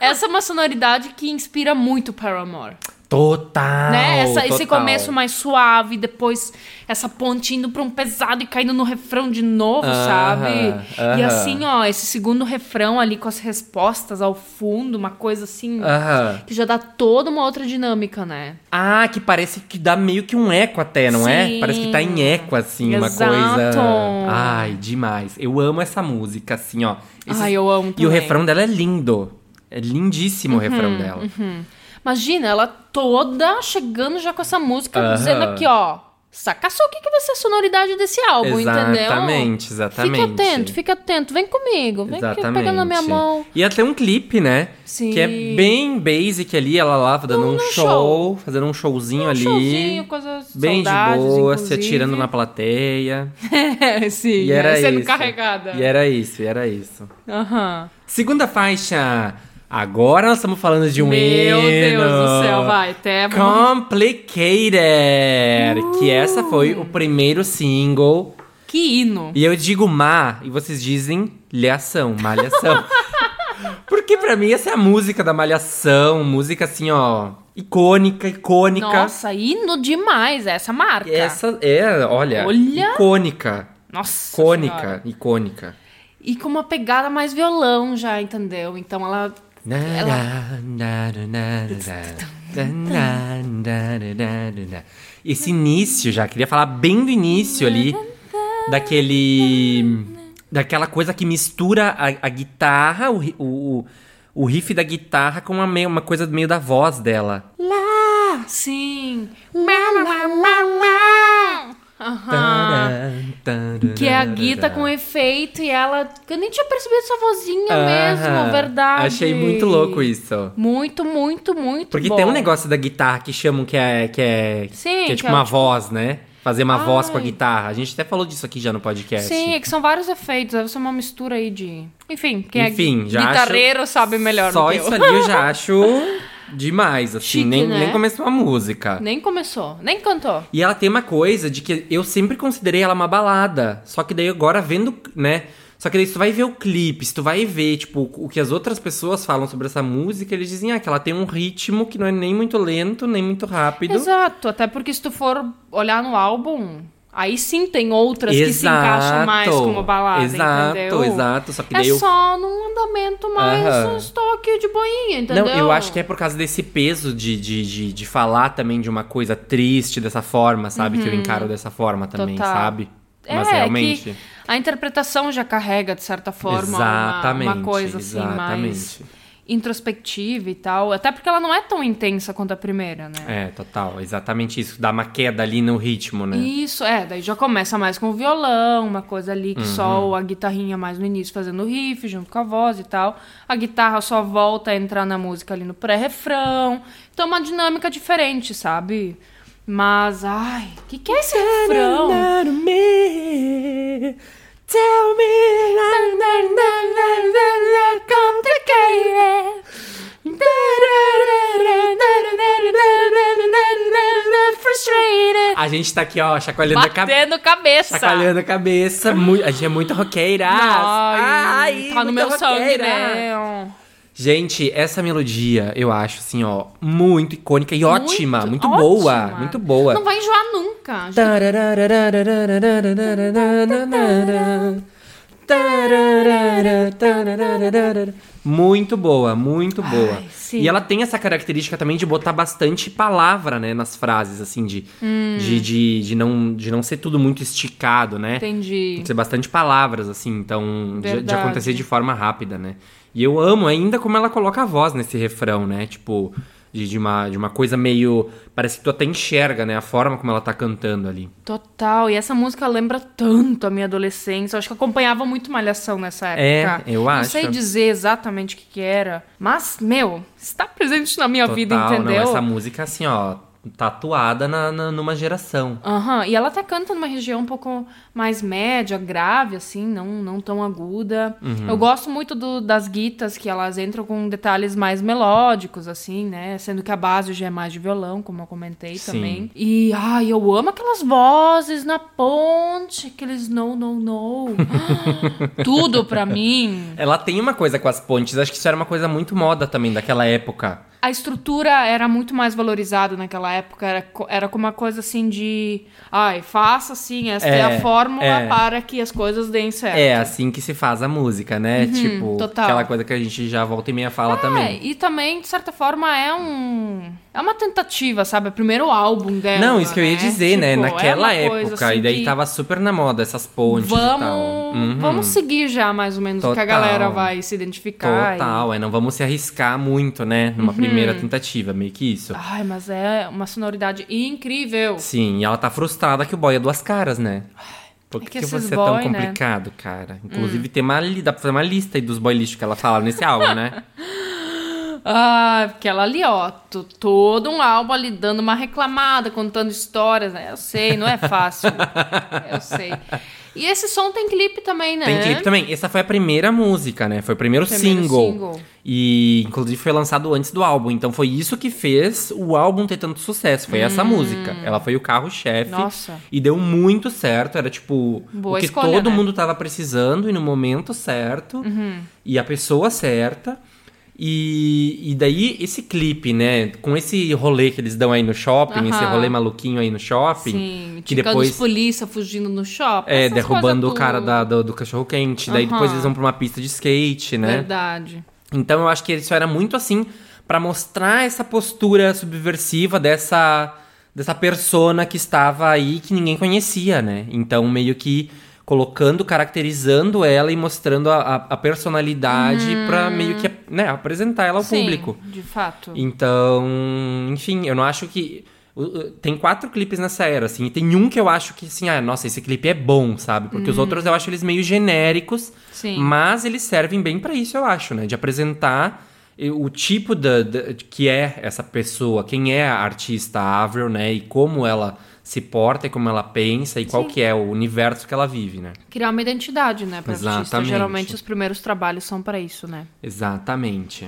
B: Essa é uma sonoridade que inspira muito Paramore.
A: Total.
B: né? Essa- Esse
A: Ah, oh, total.
B: começo mais suave, depois essa ponte indo pra um pesado e caindo no refrão de novo,
A: Aham,
B: sabe? E
A: aham.
B: assim, ó, esse segundo refrão ali com as respostas ao fundo, uma coisa assim,
A: Aham.
B: que já dá toda uma outra dinâmica, né?
A: Ah, que parece que dá meio que um eco até, não é?
B: Sim.
A: Parece que tá em eco, assim,
B: Exato.
A: uma coisa. Ai, demais. Eu amo essa música, assim, ó.
B: Ai, eu amo
A: E o
B: também. Uhum.
A: refrão dela é lindo. É lindíssimo o refrão dela.
B: Imagina, ela toda chegando já com essa música,
A: Aham.
B: dizendo aqui, ó. Sacaçou o que, que vai ser a sonoridade desse álbum, entendeu?
A: Exatamente, exatamente.
B: Fique atento, fique atento. Vem comigo, vem aqui, pega na minha mão.
A: E até um clipe, né?
B: Sim.
A: Que é bem basic ali, ela lá dando um,
B: um
A: show,
B: show.
A: fazendo um showzinho ali.
B: showzinho, coisas-
A: bem de boa,
B: saudades,
A: se
B: inclusive.
A: atirando na plateia.
B: É, sim,
A: E era
B: né? sendo
A: isso.
B: carregada.
A: E era isso, e era isso.
B: Aham.
A: Segunda faixa. Agora nós estamos falando de um
B: Meu
A: hino.
B: Deus do céu, vai, É até
A: Complicated, que essa foi o primeiro single.
B: Que hino.
A: E eu digo má, e vocês dizem lhação, malhação. Porque pra mim essa é a música da malhação, música assim, ó, icônica, icônica.
B: Nossa, hino demais essa marca.
A: Essa é, olha,
B: Olha.
A: icônica,
B: Nossa.
A: icônica,
B: Senhora.
A: icônica.
B: E com uma pegada mais violão já, entendeu? Então ela.
A: Na, na, na, na, na, na, na, na, na, na. Esse início já, queria falar bem do início ali, daquele. daquela coisa que mistura a, a guitarra, o, ri- o, o- o riff da guitarra com uma, meio- uma coisa meio da voz dela.
B: Sim. Que Ah,
A: Que
B: é a guita com efeito e ela. Eu nem tinha percebido essa vozinha mesmo, verdade.
A: Achei muito louco isso.
B: Muito, muito, muito
A: Porque
B: bom.
A: tem um negócio da guitarra que chamam que é que é,
B: Sim,
A: que é
B: que
A: tipo
B: é
A: uma
B: o tipo-
A: voz, né? Fazer uma voz com a
B: Ai.
A: guitarra. A gente até falou disso aqui já no podcast.
B: Sim, é que são vários efeitos, deve ser uma mistura aí de. Enfim, quem
A: Enfim,
B: é
A: já
B: guitarreiro
A: acho-
B: sabe melhor
A: Só
B: do que eu.
A: isso ali eu já acho demais, assim,
B: Chique,
A: nem,
B: né?
A: nem começou a música.
B: Nem começou, nem cantou.
A: E ela tem uma coisa de que eu sempre considerei ela uma balada. Só que daí agora vendo, né? Só que daí se tu vai ver o clipe, se tu vai ver, tipo, o que as outras pessoas falam sobre essa música, eles dizem, ah, que ela tem um ritmo que não é nem muito lento, nem muito rápido.
B: Exato, até porque se tu for olhar no álbum, aí sim tem outras que se
A: Exato.
B: encaixam mais como balada,
A: Exato,
B: entendeu?
A: exato, só que
B: É
A: daí eu-
B: só num andamento mais
A: Aham.
B: um estoque de boinha, entendeu?
A: Não, eu acho que é por causa desse peso de, de, de, de falar também de uma coisa triste dessa forma, sabe? Que eu encaro dessa forma
B: Uhum.
A: também,
B: Total.
A: sabe?
B: É,
A: Mas
B: é
A: realmente.
B: que a interpretação já carrega, de certa forma, uma-
A: exatamente.
B: uma, coisa assim, mais
A: exatamente.
B: introspectiva e tal. Até porque ela não é tão intensa quanto a primeira, né?
A: É, total. Exatamente isso. Dá uma queda ali no ritmo, né?
B: Isso, é, daí já começa mais com o violão, uma coisa ali que só a guitarrinha mais no início fazendo o riff junto com a voz e tal. A guitarra só volta a entrar na música ali no pré-refrão. Então é uma dinâmica diferente, sabe? Mas, ai, o que, que é esse refrão?
A: Tell
B: Frustrated.
A: A gente tá aqui, ó, chacoalhando a cabeça.
B: Batendo cabeça.
A: Chacoalhando a cabeça. Mu- a gente é muito roqueira.
B: Ai, tá no meu sangue, né?
A: Gente, essa melodia, eu acho, assim, ó, muito icônica e ótima. Muito
B: ótima.
A: boa. Muito boa.
B: Não vai enjoar nunca.
A: Muito boa, muito boa.
B: sim.
A: E ela tem essa característica também de botar bastante palavra, né, nas frases, assim, de,
B: Hum.
A: de, de, de não, de não ser tudo muito esticado, né? Tem
B: Entendi.
A: que ser bastante palavras, assim, então, de, de
B: Verdade.
A: acontecer de forma rápida, né? E eu amo ainda como ela coloca a voz nesse refrão, né? Tipo, de, de uma, de uma coisa meio. Parece que tu até enxerga, né? A forma como ela tá cantando ali.
B: Total. E essa música lembra tanto a minha adolescência. Eu acho que acompanhava muito Malhação nessa
A: É,
B: época.
A: eu acho.
B: Não sei dizer exatamente o que, que era. Mas, meu, está presente na minha vida, entendeu?
A: Não, essa música, assim, ó, tatuada na, na- numa geração.
B: Aham, e ela até canta numa região um pouco mais média, grave, assim, não, não tão aguda. Eu gosto muito do- das guitas, que elas entram com detalhes mais melódicos, assim, né? Sendo que a base já é mais de violão, como eu comentei
A: Sim.
B: também. E, ai, eu amo aquelas vozes na ponte, aqueles no, no, no. Tudo pra mim.
A: Ela tem uma coisa com as pontes, acho que isso era uma coisa muito moda também daquela época.
B: a estrutura era muito mais valorizada naquela época. Era, co- era como uma coisa assim de. Ai, faça assim, esta é,
A: É,
B: a fórmula
A: é.
B: para que as coisas deem certo.
A: É assim que se faz a música, né? tipo,
B: Uhum, total.
A: aquela coisa que a gente já volta e meia fala
B: É,
A: também.
B: e também, de certa forma, é um. É uma tentativa, sabe? É o primeiro álbum dela.
A: Não, isso que eu ia
B: né?
A: dizer, né?
B: Tipo, é
A: Naquela
B: uma coisa,
A: época.
B: assim,
A: e daí
B: que
A: tava super na moda essas pontes e tal.
B: Vamos,
A: Uhum.
B: vamos seguir já mais ou menos o que a
A: Total.
B: galera vai se identificar. e-
A: Total, é. Não vamos se arriscar muito, né? Numa
B: Uhum.
A: primeira tentativa, meio que isso.
B: Ai, mas é uma sonoridade incrível.
A: Sim, e ela tá frustrada que o boy é duas caras, né? Por
B: É
A: que,
B: que
A: que
B: esses
A: você é
B: boy,
A: tão
B: né? Hum.
A: complicado, cara? Inclusive, tem uma li... dá pra fazer uma lista aí dos boy lixo que ela fala nesse álbum, né?
B: Ah, aquela ali, ó, to- todo um álbum ali dando uma reclamada, contando histórias, né? Eu sei, não é fácil. eu sei. E esse som tem clipe também, né?
A: Tem clipe também. Essa foi a primeira música, né? Foi o primeiro,
B: Primeiro
A: single.
B: single.
A: E, inclusive, foi lançado antes do álbum. Então, foi isso que fez o álbum ter tanto sucesso. Foi essa música. Ela foi o carro-chefe.
B: Hum. Nossa.
A: E deu muito certo. Era, tipo,
B: Boa
A: o que
B: escolha,
A: todo
B: né? Uhum.
A: mundo tava precisando e no momento certo. E a pessoa certa. E, e daí, esse clipe, né? Com esse rolê que eles dão aí no shopping. Esse
B: Aham.
A: rolê maluquinho aí no shopping.
B: Sim,
A: que
B: ficando
A: depois...
B: os polícia fugindo no shopping.
A: É,
B: essas
A: derrubando
B: coisas
A: o cara
B: tudo.
A: da- do, do cachorro quente. Daí depois
B: Aham.
A: eles vão pra uma pista de skate, né?
B: Verdade.
A: Então eu acho que isso era muito assim pra mostrar essa postura subversiva dessa dessa persona que estava aí que ninguém conhecia, né? Então meio que colocando, caracterizando ela e mostrando a, a- a personalidade pra meio que né, apresentar ela ao
B: Uhum. Sim,
A: público.
B: De fato.
A: Então, enfim, eu não acho que. o- o- Tem quatro clipes nessa era, assim, e tem um que eu acho que, assim, ah, nossa, esse clipe é bom, sabe? Porque os outros eu acho eles meio genéricos,
B: Uhum. Sim.
A: mas eles servem bem pra isso, eu acho, né? De apresentar eh, o tipo da, da- de que é essa pessoa, quem é a artista Avril, né? E como ela se porta e como ela pensa e qual que é o universo que ela vive, né?
B: Criar uma identidade, né, pra artista.
A: Exatamente.
B: Geralmente os primeiros trabalhos são pra isso, né?
A: Exatamente.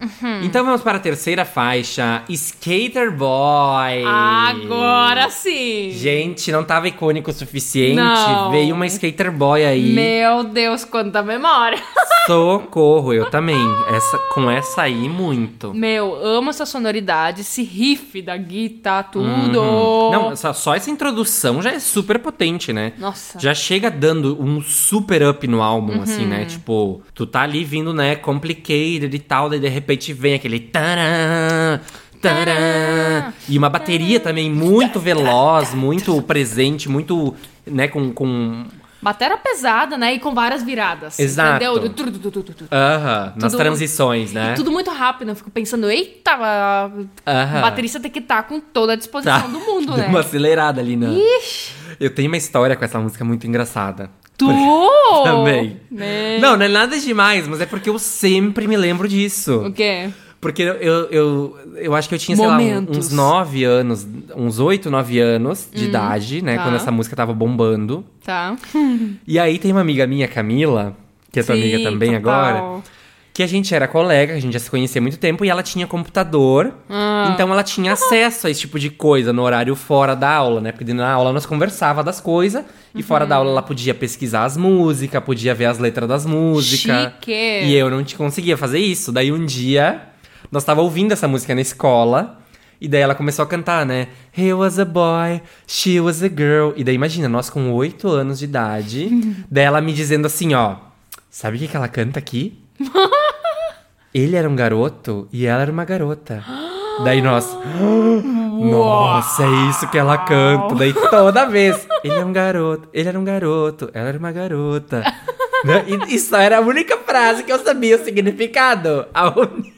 B: Uhum.
A: Então vamos para a terceira faixa, Skater Boy.
B: Agora sim!
A: Gente, não tava icônico o suficiente.
B: Não.
A: Veio uma skater boy aí.
B: Meu Deus, quanta memória!
A: Socorro, eu também. Essa, com essa aí, muito.
B: Meu, amo essa sonoridade, esse riff da guitarra, tudo.
A: Uhum. Não, só, só essa introdução já é super potente, né?
B: Nossa. Uhum.
A: Já chega dando um super up no álbum, assim, né? Tipo, tu tá ali vindo, né, complicated e tal, daí de repente vem aquele tarã, tarã, e uma bateria também muito veloz, muito presente, muito, né, com... com...
B: Batera pesada, né? E com várias viradas.
A: Exato.
B: Entendeu? Do tu, tu, tu, tu, tu.
A: Aham, nas
B: Tudo-
A: transições, né?
B: E tudo muito rápido, eu fico pensando, eita, a
A: Aham. Tá.
B: baterista tem que estar com toda a disposição do mundo,
A: Deu
B: né?
A: uma acelerada ali, né?
B: Ixi,
A: Eu tenho uma história com essa música muito engraçada.
B: tu!
A: Também.
B: Oh, Né?
A: Não, não é nada demais, mas é porque eu sempre me lembro disso.
B: O quê?
A: Porque eu, eu, eu, eu acho que eu tinha, sei lá, um-
B: Momentos.
A: uns 9 anos, uns 8, 9 anos de idade, né?
B: tá.
A: Quando essa música tava bombando.
B: Tá.
A: E aí tem uma amiga minha, Camila, que é tua
B: Sim,
A: amiga também
B: total.
A: agora, que a gente era colega, a gente já se conhecia há muito tempo, e ela tinha computador, então ela tinha acesso a esse tipo de coisa no horário fora da aula, né? Porque na aula nós conversava das coisas, e fora da aula ela podia pesquisar as músicas, podia ver as letras das músicas.
B: Chique.
A: E eu não te conseguia fazer isso. Daí um dia, nós tava ouvindo essa música na escola, e daí ela começou a cantar, né? He was a boy, she was a girl. E daí imagina, nós com 8 anos de idade, daí ela me dizendo assim, ó, sabe o que, que ela canta aqui? Ele era um garoto e ela era uma garota. Daí nós. Nossa, é isso que ela canta. Daí toda vez. Ele é um garoto, ele era um garoto, ela era uma garota. Né? E isso era a única frase que eu sabia o significado. A un-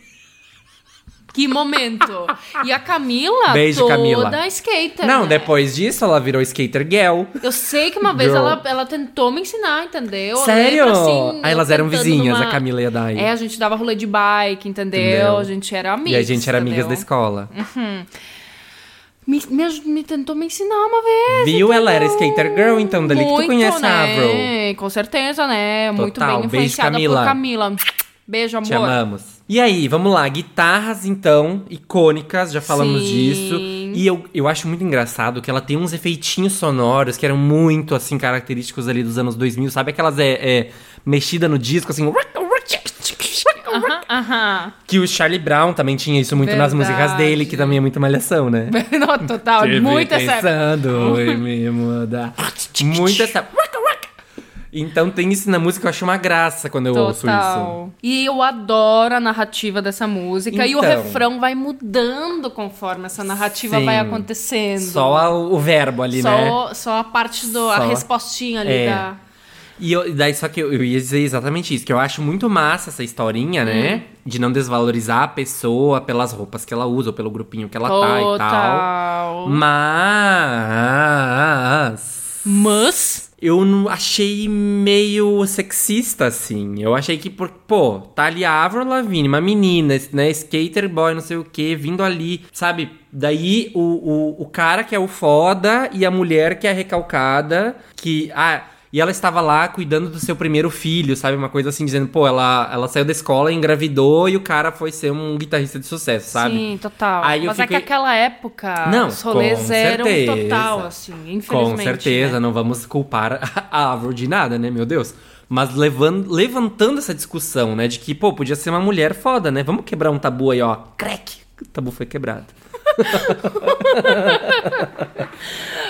B: Que momento! E a Camila,
A: Beijo,
B: Ah, toda
A: Camila.
B: skater.
A: Não,
B: né?
A: depois disso ela virou skater girl.
B: Eu sei que uma vez
A: Girl.
B: ela, ela tentou me ensinar, entendeu? Eu
A: Sério?
B: lembro, assim, eu
A: Aí elas eram
B: tentando
A: vizinhas, a Camila e a Dai.
B: É, a gente dava rolê de bike, entendeu?
A: Entendeu?
B: A gente era amiga.
A: e a gente era amigas da escola.
B: Me, me aj- me tentou me ensinar uma vez.
A: Viu? Ela era
B: entendeu?
A: skater girl, então, dali que tu
B: Muito,
A: conhece a
B: né? Com certeza, né? Muito
A: Total.
B: bem
A: Beijo,
B: influenciada
A: Camila.
B: por Camila. Beijo, amor.
A: Te amamos. E aí, vamos lá. Guitarras, então, icônicas, já falamos
B: Sim.
A: disso. E eu, eu acho muito engraçado que ela tem uns efeitinhos sonoros que eram muito, assim, característicos ali dos anos 2000. Sabe aquelas é, é, mexida no disco, assim...
B: Aham, aham.
A: Que o Charlie Brown também tinha isso muito nas músicas
B: Verdade.
A: dele, que também é muito malhação, né?
B: Não, total,
A: Te vi
B: muito essa.
A: pensando e me mudar. Muito essa... Então tem isso na música, eu acho uma graça quando eu ouço isso.
B: Total. E eu adoro a narrativa dessa música. E o
A: Então.
B: refrão vai mudando conforme essa narrativa
A: Sim.
B: vai acontecendo.
A: Só a- o verbo ali, né?
B: só, só a parte do.
A: Só.
B: a respostinha ali
A: É.
B: da.
A: E eu- e daí, só que eu, eu ia dizer exatamente isso, que eu acho muito massa essa historinha,
B: Uhum.
A: né? De não desvalorizar a pessoa pelas roupas que ela usa, ou pelo grupinho que ela tá e tal.
B: Total.
A: Mas.
B: Mas.
A: Eu não achei meio sexista, assim. Eu achei que, por, pô, tá ali a Avril Lavigne, uma menina, né? Skater boy, não sei o quê, vindo ali, sabe? Daí o, o, o cara que é o foda e a mulher que é a recalcada, que. Ah, e ela estava lá cuidando do seu primeiro filho, sabe? Uma coisa assim, dizendo, pô, ela, ela saiu da escola, engravidou e o cara foi ser um guitarrista de sucesso, sabe?
B: Sim, total.
A: Aí eu
B: Mas é
A: fiquei-
B: que aquela época
A: Não,
B: os rolês
A: com
B: eram
A: certeza.
B: total, assim, infelizmente.
A: Com certeza,
B: né?
A: não vamos culpar a Avril de nada, né, meu Deus? Mas levan- levantando essa discussão, né, de que, pô, podia ser uma mulher foda, né? Vamos quebrar um tabu aí, ó. Crack! O tabu foi quebrado.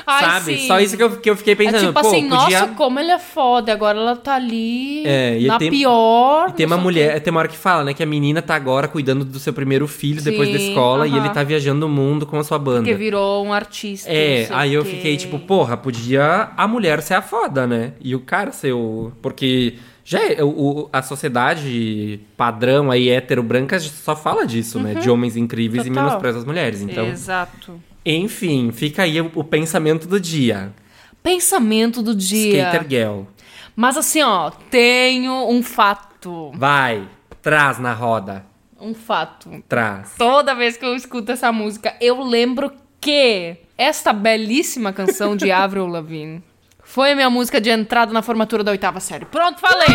B: Ai,
A: Sabe?
B: sim.
A: Só isso que eu, que eu fiquei
B: É
A: pensando.
B: tipo
A: pô,
B: assim,
A: podia...
B: nossa, como ele é foda. Agora ela tá ali
A: É, e
B: na
A: tem-
B: pior.
A: E tem uma
B: não sei o
A: mulher, tem uma hora que fala, né, que a menina tá agora cuidando do seu primeiro filho depois da
B: Sim,
A: escola e
B: aham.
A: ele tá viajando o mundo com a sua banda.
B: Porque virou um artista.
A: É,
B: não sei
A: aí
B: o
A: eu
B: quê.
A: fiquei tipo, porra, podia a mulher ser a foda, né? E o cara ser o. Porque já é- o- o- a sociedade padrão aí, hétero, branca, só fala disso, né? De homens incríveis e
B: Uhum. Total.
A: menospreza as mulheres. Então,
B: Exato.
A: enfim, fica aí o, o pensamento do dia.
B: Pensamento do dia.
A: Skater Girl.
B: Mas assim, ó, tenho um fato.
A: Vai, traz na roda.
B: Um fato.
A: Traz.
B: Toda vez que eu escuto essa música, eu lembro que esta belíssima canção de Avril Lavigne foi a minha música de entrada na formatura da oitava série. Pronto, falei!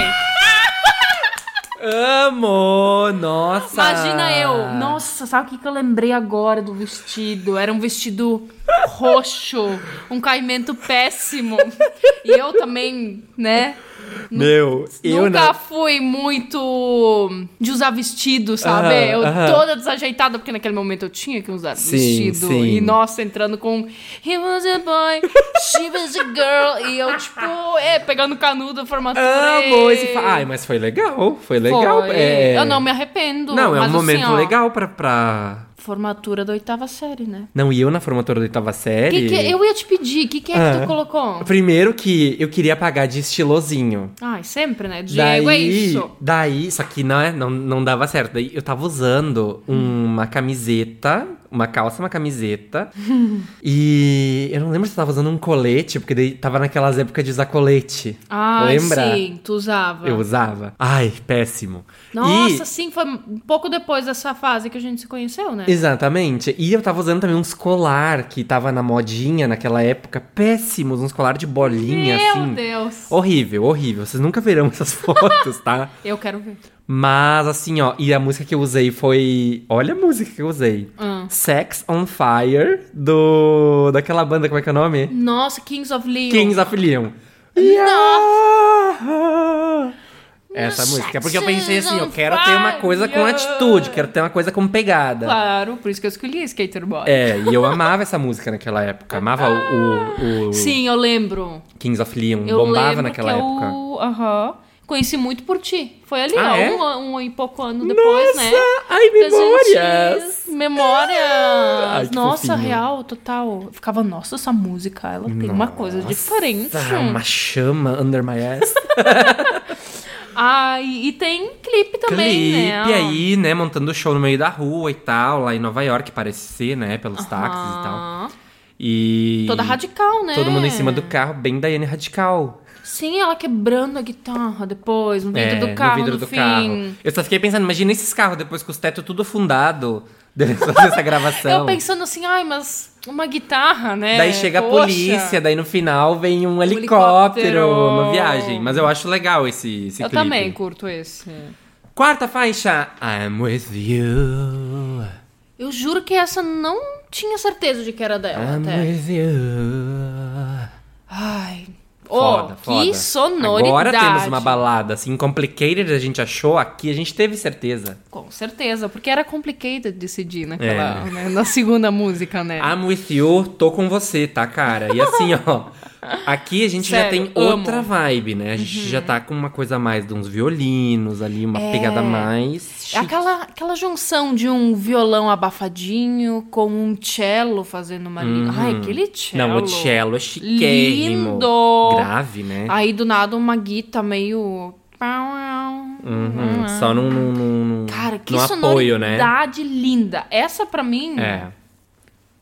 A: Amo! Nossa!
B: Imagina eu! Nossa, sabe o que, que eu lembrei agora do vestido? Era um vestido roxo, um caimento péssimo. E eu também, né?
A: Meu, eu
B: Nunca
A: não.
B: fui muito de usar vestido, sabe?
A: Aham,
B: eu
A: aham.
B: toda desajeitada, porque naquele momento eu tinha que usar
A: Sim,
B: vestido.
A: sim.
B: E nossa, entrando com He was a boy, she was a girl. E eu, tipo, é, pegando canudo, formatura.
A: Amo
B: e-
A: esse. fa- Ai, mas foi legal.
B: Foi.
A: Foi legal. É...
B: Eu não me arrependo.
A: Não, é
B: mas
A: um momento
B: assim, ó,
A: legal pra, pra.
B: Formatura da oitava série, né?
A: Não, e eu na formatura da oitava série.
B: Que que- eu ia te pedir, o que, que é que
A: Ah.
B: tu colocou?
A: Primeiro que eu queria pagar de estilosinho.
B: Ai, sempre, né?
A: daí,
B: Diego, é isso.
A: Daí, só que não, é- não, não dava certo. Daí eu tava usando uma camiseta, uma calça, uma camiseta. e eu não lembro se eu tava usando um colete, porque daí tava naquelas épocas de usar colete.
B: Ai,
A: Lembra?
B: sim, tu usava.
A: Eu usava. Ai, péssimo.
B: Nossa,
A: E-
B: sim, foi um pouco depois dessa fase que a gente se conheceu, né?
A: Exatamente. E eu tava usando também uns colar que tava na modinha naquela época. Péssimos, uns colar de bolinha,
B: Meu
A: assim.
B: Deus.
A: Horrível, horrível. Vocês nunca verão essas fotos, tá?
B: Eu quero ver.
A: Mas assim, ó, e a música que eu usei foi. Olha a música que eu usei.
B: Hum.
A: Sex on Fire, do. Daquela banda, como é que é o nome?
B: Nossa, Kings of Leon.
A: Kings of Leon. Yeah! Essa música. Porque eu pensei assim, eu quero ter uma coisa com atitude, quero ter uma coisa com pegada.
B: Claro, por isso que eu escolhi Skater Boy.
A: É, e eu amava essa música naquela época. Amava o, o, o
B: Sim, eu lembro.
A: Kings of Leon.
B: Eu
A: bombava
B: lembro
A: naquela
B: que é
A: época.
B: Eu... Aham. Conheci muito por ti. Foi ali,
A: Ah,
B: ó,
A: é?
B: um, an- um e pouco ano depois, né?
A: Ai,
B: Que a gente-
A: memórias!
B: Memórias!
A: Ai, que
B: nossa,
A: fofinho.
B: real, total. Eu ficava, nossa, essa música, ela tem uma coisa diferente.
A: Nossa, Ah, uma chama under my ass.
B: Ai, e tem clipe também,
A: Clipe
B: né?
A: aí, né? Montando show no meio da rua e tal, lá em Nova York, parece ser, né? Pelos táxis e tal.
B: Aham.
A: E.
B: Ah, Toda radical, né?
A: Todo mundo em cima do carro, bem Daiane Radical.
B: Sim, ela quebrando a guitarra depois, no vidro
A: É,
B: do carro,
A: no
B: no,
A: vidro do
B: fim.
A: carro. Eu só fiquei pensando, imagina esses carros depois com os tetos tudo afundado. Depois dessa gravação.
B: Eu pensando assim, ai, mas uma guitarra, né?
A: Então Daí chega
B: Poxa.
A: a polícia, daí no final vem um helicóptero,
B: helicóptero.
A: uma viagem. Mas eu acho legal esse, esse
B: Eu
A: clipe.
B: também curto esse.
A: Quarta faixa, I'm with you.
B: Eu juro que essa não tinha Tá
A: Ah,
B: certeza de que era dela
A: I'm
B: até.
A: with you.
B: Ai.
A: Foda,
B: Ô,
A: foda.
B: sonoridade.
A: Agora temos uma balada. Assim, Complicated a gente achou, aqui a gente teve certeza.
B: Com certeza, porque era complicated decidir naquela,
A: É.
B: né, na segunda música, né?
A: I'm with you, tô com você, tá, cara? E assim, ó. Aqui a gente já
B: Sério,
A: tem
B: amo. Uhum.
A: outra vibe, né? A gente já tá com uma coisa a mais de uns violinos ali, uma pegada a mais.
B: É aquela, aquela junção de um violão abafadinho com um cello fazendo uma linha. Ai, aquele cello.
A: Uhum. Não, o cello é chiquérrimo.
B: Lindo!
A: Grave, né?
B: Aí do nada uma guita meio.
A: Uhum, Só num, num, num,
B: Cara, que
A: num apoio, né?
B: sonoridade linda. Essa pra mim,
A: É,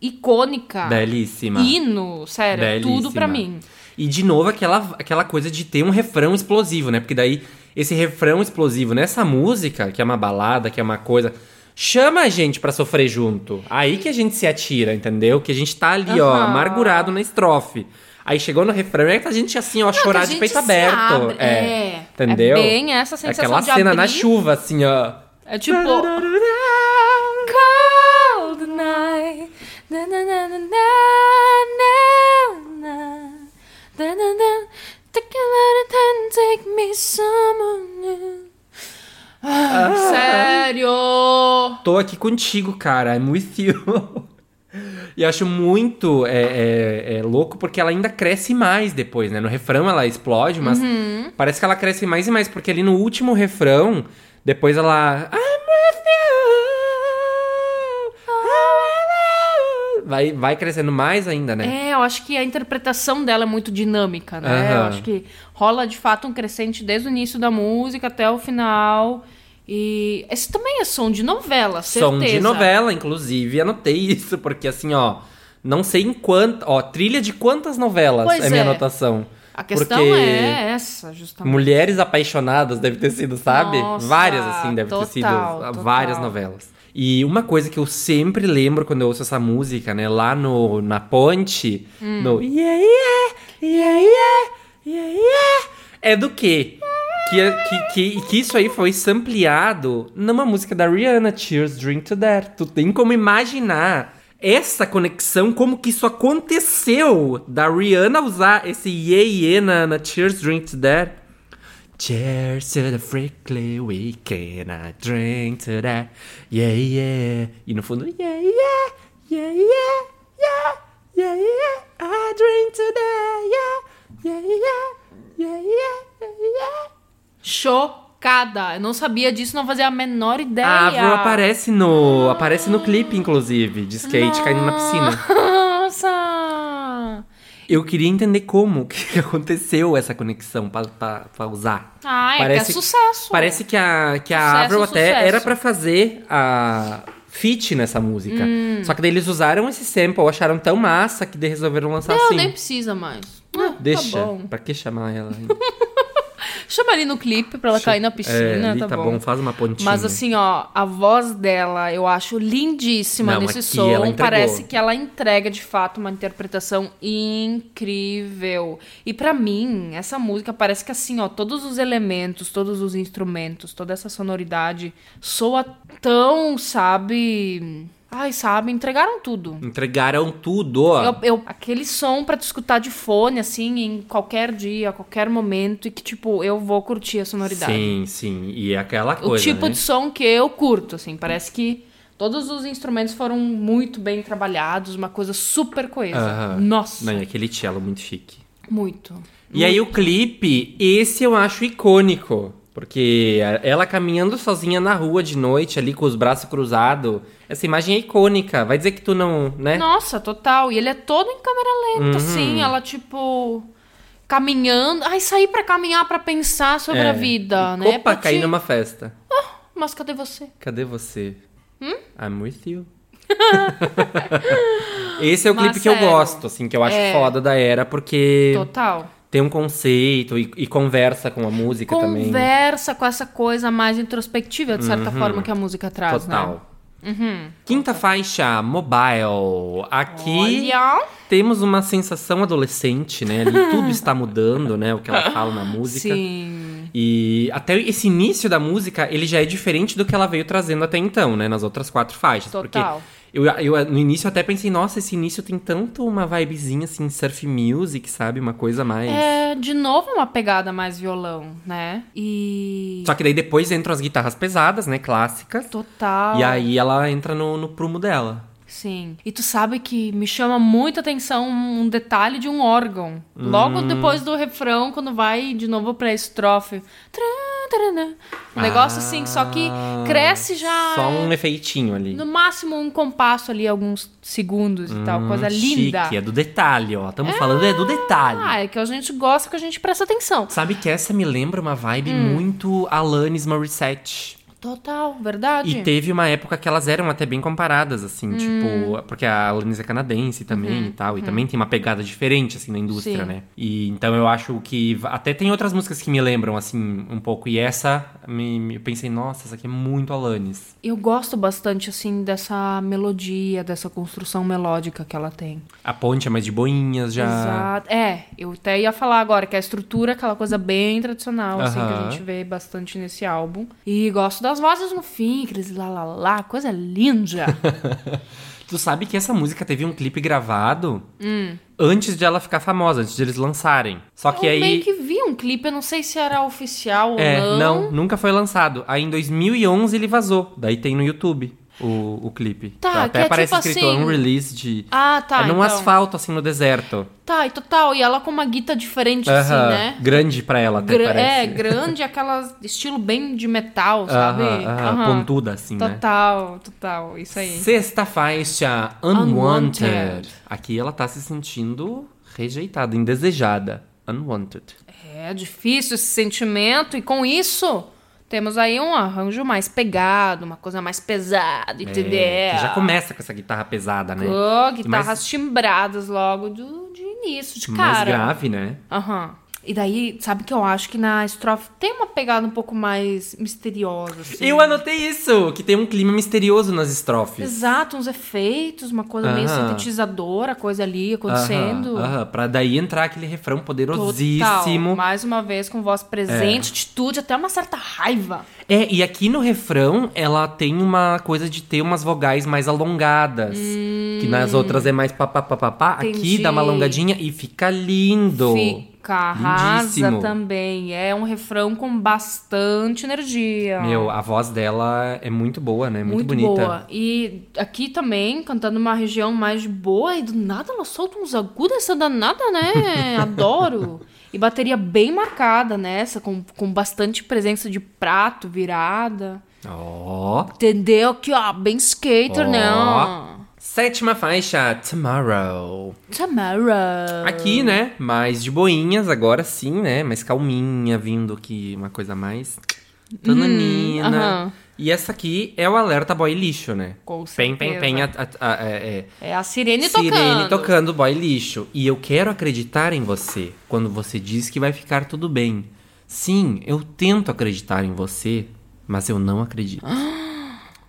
B: icônica.
A: belíssima.
B: Hino, sério, é tudo
A: Belíssima.
B: pra mim.
A: E de novo aquela, aquela coisa de ter um refrão explosivo, né? Porque daí esse refrão explosivo nessa música, que é uma balada, que é uma coisa, chama a gente pra sofrer junto. Aí que a gente se atira, entendeu? Que a gente tá ali, ó,
B: Aham.
A: amargurado na estrofe. Aí chegou no refrão, é que a gente assim, ó, chorar
B: que a
A: de
B: gente
A: peito
B: se
A: aberto.
B: abre, é.
A: Entendeu?
B: É bem essa sensação
A: Aquela
B: de
A: cena na
B: abrir.
A: chuva, assim, ó.
B: É tipo. Cold night. Na, na, na, na, na, na, na. Na, na, na. Take a little time, take me someone new. Ah, Sério!
A: Tô aqui contigo, cara. I'm with you. E eu acho muito é, é, é louco porque ela ainda cresce mais depois, né? No refrão ela explode, mas
B: Uhum.
A: parece que ela cresce mais e mais, porque ali no último refrão, depois ela. I'm
B: Ah.
A: with you. "Oh, Vai, vai crescendo mais ainda, né?
B: É, eu acho que a interpretação dela é muito dinâmica, né? Eu
A: Aham.
B: acho que rola de fato um crescente desde o início da música até o final. E esse também é som de novela, É, certeza.
A: Som de novela, inclusive, anotei isso, porque assim, ó, não sei em quanto. Ó, trilha de quantas novelas
B: Pois
A: é minha
B: é.
A: anotação.
B: A questão
A: Porque-
B: é essa, justamente.
A: Mulheres apaixonadas deve ter sido, sabe?
B: Nossa,
A: várias, assim, deve ter sido.
B: total,
A: ah,
B: total.
A: Várias novelas. E uma coisa que eu sempre lembro quando eu ouço essa música, né? Lá no, na ponte,
B: Hum.
A: no yeah, yeah, yeah, yeah, yeah, yeah, é do quê? Que, é- que, que, que isso aí foi sampleado numa música da Rihanna, Cheers, Drink to That. Tu tem como imaginar essa conexão, como que isso aconteceu da Rihanna usar esse yeah, yeah na, na Cheers, Drink to That. Cheers to the freakly weekend, I drink to that, yeah, yeah. E no fundo, yeah, yeah, yeah, yeah, yeah, yeah, yeah, I drink to that, yeah, yeah, yeah, yeah, yeah, yeah, yeah.
B: Chocada. Eu não sabia disso, não fazia a menor ideia.
A: A Avril aparece no, aparece no clipe, inclusive, de skate caindo na piscina.
B: Nossa!
A: Eu queria entender como que aconteceu essa conexão pra, pra, pra usar.
B: Ah, é que é sucesso.
A: Parece que a, que a
B: Sucesso,
A: Avril até
B: sucesso.
A: era pra fazer a fit nessa música.
B: Hum.
A: Só que daí eles usaram esse sample, acharam tão massa que daí resolveram lançar
B: Não,
A: assim.
B: nem precisa mais. Ah,
A: Deixa,
B: Tá bom.
A: pra que chamar ela? hein?
B: Chama ali no clipe pra ela cair na piscina,
A: é, ali
B: tá,
A: tá
B: bom.
A: bom, faz uma pontinha.
B: Mas assim, ó, a voz dela eu acho lindíssima
A: Não,
B: nesse
A: aqui
B: som.
A: ela entregou.
B: Parece que ela entrega de fato uma interpretação incrível. E pra mim, essa música parece que assim, ó, todos os elementos, todos os instrumentos, toda essa sonoridade soa tão, sabe? Ai, sabe, entregaram tudo.
A: Entregaram tudo.
B: Eu- eu- aquele som pra te escutar de fone, assim, em qualquer dia, a qualquer momento, e que, tipo, eu vou curtir a sonoridade
A: Sim, sim. E é aquela
B: o
A: coisa,
B: tipo
A: né?
B: de som que eu curto, assim. Parece que todos os instrumentos foram muito bem trabalhados, uma coisa super coesa.
A: Aham.
B: Nossa,
A: Não, e aquele cello muito chique.
B: muito.
A: E aí o clipe, esse eu acho icônico. Porque a- ela caminhando sozinha na rua de noite, ali com os braços cruzados. Essa imagem é icônica. Vai dizer que tu não, né?
B: Nossa, total. E ele é todo em câmera lenta,
A: Uhum.
B: assim. Ela, tipo, caminhando. Ai, sair pra caminhar, pra pensar sobre
A: É.
B: a vida,
A: E
B: né?
A: Opa,
B: Pra
A: caí
B: te-
A: numa festa.
B: Mas cadê você?
A: Cadê você?
B: Hum?
A: I'm with you. esse é o
B: Mas
A: clipe que eu
B: sério,
A: gosto, assim, que eu acho
B: é.
A: foda da era, porque
B: Total.
A: tem um conceito e, e conversa com a música também. Uhum.
B: Conversa com essa coisa mais introspectiva, de certa forma, que a música traz,
A: Total.
B: né?
A: Quinta faixa, Mobile. Aqui
B: Olha.
A: temos uma sensação adolescente, né? Ali tudo está mudando, né? O que ela fala na música.
B: Sim.
A: E até esse início da música, ele já é diferente do que ela veio trazendo até então, né? Nas outras quatro faixas.
B: Total.
A: Porque Eu, eu no início até pensei, nossa, esse início tem tanto uma vibezinha assim, surf music, sabe? Uma coisa mais.
B: É, de novo, uma pegada mais violão, né? E.
A: Só que daí depois entram as guitarras pesadas, né? Clássicas.
B: Total.
A: E aí ela entra no, no prumo dela.
B: Sim. E tu sabe que me chama muita atenção um detalhe de um órgão. Logo
A: Hum.
B: depois do refrão, quando vai de novo pra estrofe. Tran, taranã. Um negócio assim, só que cresce já.
A: Ah,
B: é
A: Só um efeitinho ali.
B: No máximo um compasso ali, alguns segundos e tal. Coisa
A: Hum,
B: linda.
A: Chique, é do detalhe, ó. Estamos falando é do detalhe.
B: Ah, é que a gente gosta que a gente presta atenção.
A: Sabe que essa me lembra uma vibe
B: Hum.
A: muito Alanis Morissette.
B: Total, verdade.
A: E teve uma época que elas eram até bem comparadas, assim,
B: Hum.
A: tipo, porque a Alanis é canadense também e tal, e também tem uma pegada diferente, assim, na indústria,
B: Uhum, Sim.
A: né? E então eu acho que. va- Até tem outras músicas que me lembram, assim, um pouco, e essa, me, me- eu pensei, nossa, essa aqui é muito Alanis.
B: Eu gosto bastante, assim, dessa melodia, dessa construção melódica que ela tem.
A: A ponte é mais de boinhas já.
B: Exato. É, eu até ia falar agora que a estrutura é aquela coisa bem tradicional, assim, que a
A: Aham.
B: gente vê bastante nesse álbum. E gosto das vozes no fim, aqueles lá, lá, lá, coisa linda.
A: Tu sabe que essa música teve um clipe gravado
B: Hum.
A: antes de ela ficar famosa, antes de eles lançarem. Só que
B: eu
A: aí.
B: meio que vi um clipe, eu não sei se era oficial ou
A: É,
B: não.
A: não, nunca foi lançado. Aí em 2011 ele vazou. Daí tem no YouTube o, o clipe.
B: Tá,
A: até
B: que é
A: aparece
B: tipo
A: escrito
B: assim-
A: um release de.
B: Ah, tá,
A: É num
B: então.
A: asfalto, assim, no deserto.
B: Tá, e total, e ela com uma guita diferente, assim,
A: Aham,
B: né?
A: Grande pra ela, até
B: Gra-
A: parece.
B: é, grande, aquela estilo bem de metal, sabe?
A: Aham, aham,
B: Aham.
A: Pontuda, assim, né?
B: Total, total, isso aí.
A: Sexta faixa,
B: Unwanted.
A: Unwanted. Aqui ela tá se sentindo rejeitada, indesejada. Unwanted.
B: É difícil esse sentimento, e com isso temos aí um arranjo mais pegado, uma coisa mais pesada, entendeu?
A: É, que já começa com essa guitarra pesada, né?
B: Oh,
A: E
B: guitarras
A: mais-
B: timbradas logo do, de início, de
A: mais
B: cara.
A: grave, né?
B: Aham. E daí, sabe que eu acho que na estrofe tem uma pegada um pouco mais misteriosa, assim.
A: Eu anotei isso, que tem um clima misterioso nas estrofes.
B: Exato, uns efeitos, uma coisa meio
A: Aham.
B: sintetizadora, coisa ali acontecendo.
A: Aham, aham, pra daí entrar aquele refrão poderosíssimo.
B: Total. Mais uma vez, com voz presente, atitude, até uma certa raiva.
A: É, e aqui no refrão ela tem uma coisa de ter umas vogais mais alongadas. Que nas outras é mais papapá. Aqui
B: Hum. Entendi.
A: dá uma alongadinha e fica lindo.
B: Fica, arrasa
A: Lindíssimo.
B: também. É um refrão com bastante energia.
A: Meu, a voz dela é muito boa, né? Muito,
B: muito
A: bonita.
B: boa. E aqui também, cantando uma região mais boa, e do nada ela solta uns agudos, essa danada, né? Adoro. E bateria bem marcada nessa, com, com bastante presença de prato, virada.
A: Ó.
B: Entendeu? Aqui, ó, bem skater,
A: Ó.
B: né?
A: Sétima faixa, Tomorrow.
B: Tamara.
A: Aqui, né? Mais de boinhas, agora sim, né? Mais calminha, vindo aqui uma coisa mais. Tananina.
B: Uhum, aham.
A: E essa aqui é o alerta boy lixo, né?
B: Com
A: Pem, pem, pem.
B: certeza.
A: a- a- a- é, é.
B: É a sirene,
A: Sirene
B: tocando.
A: tocando boy lixo. E eu quero acreditar em você quando você diz que vai ficar tudo bem. Sim, eu tento acreditar em você, mas eu não acredito.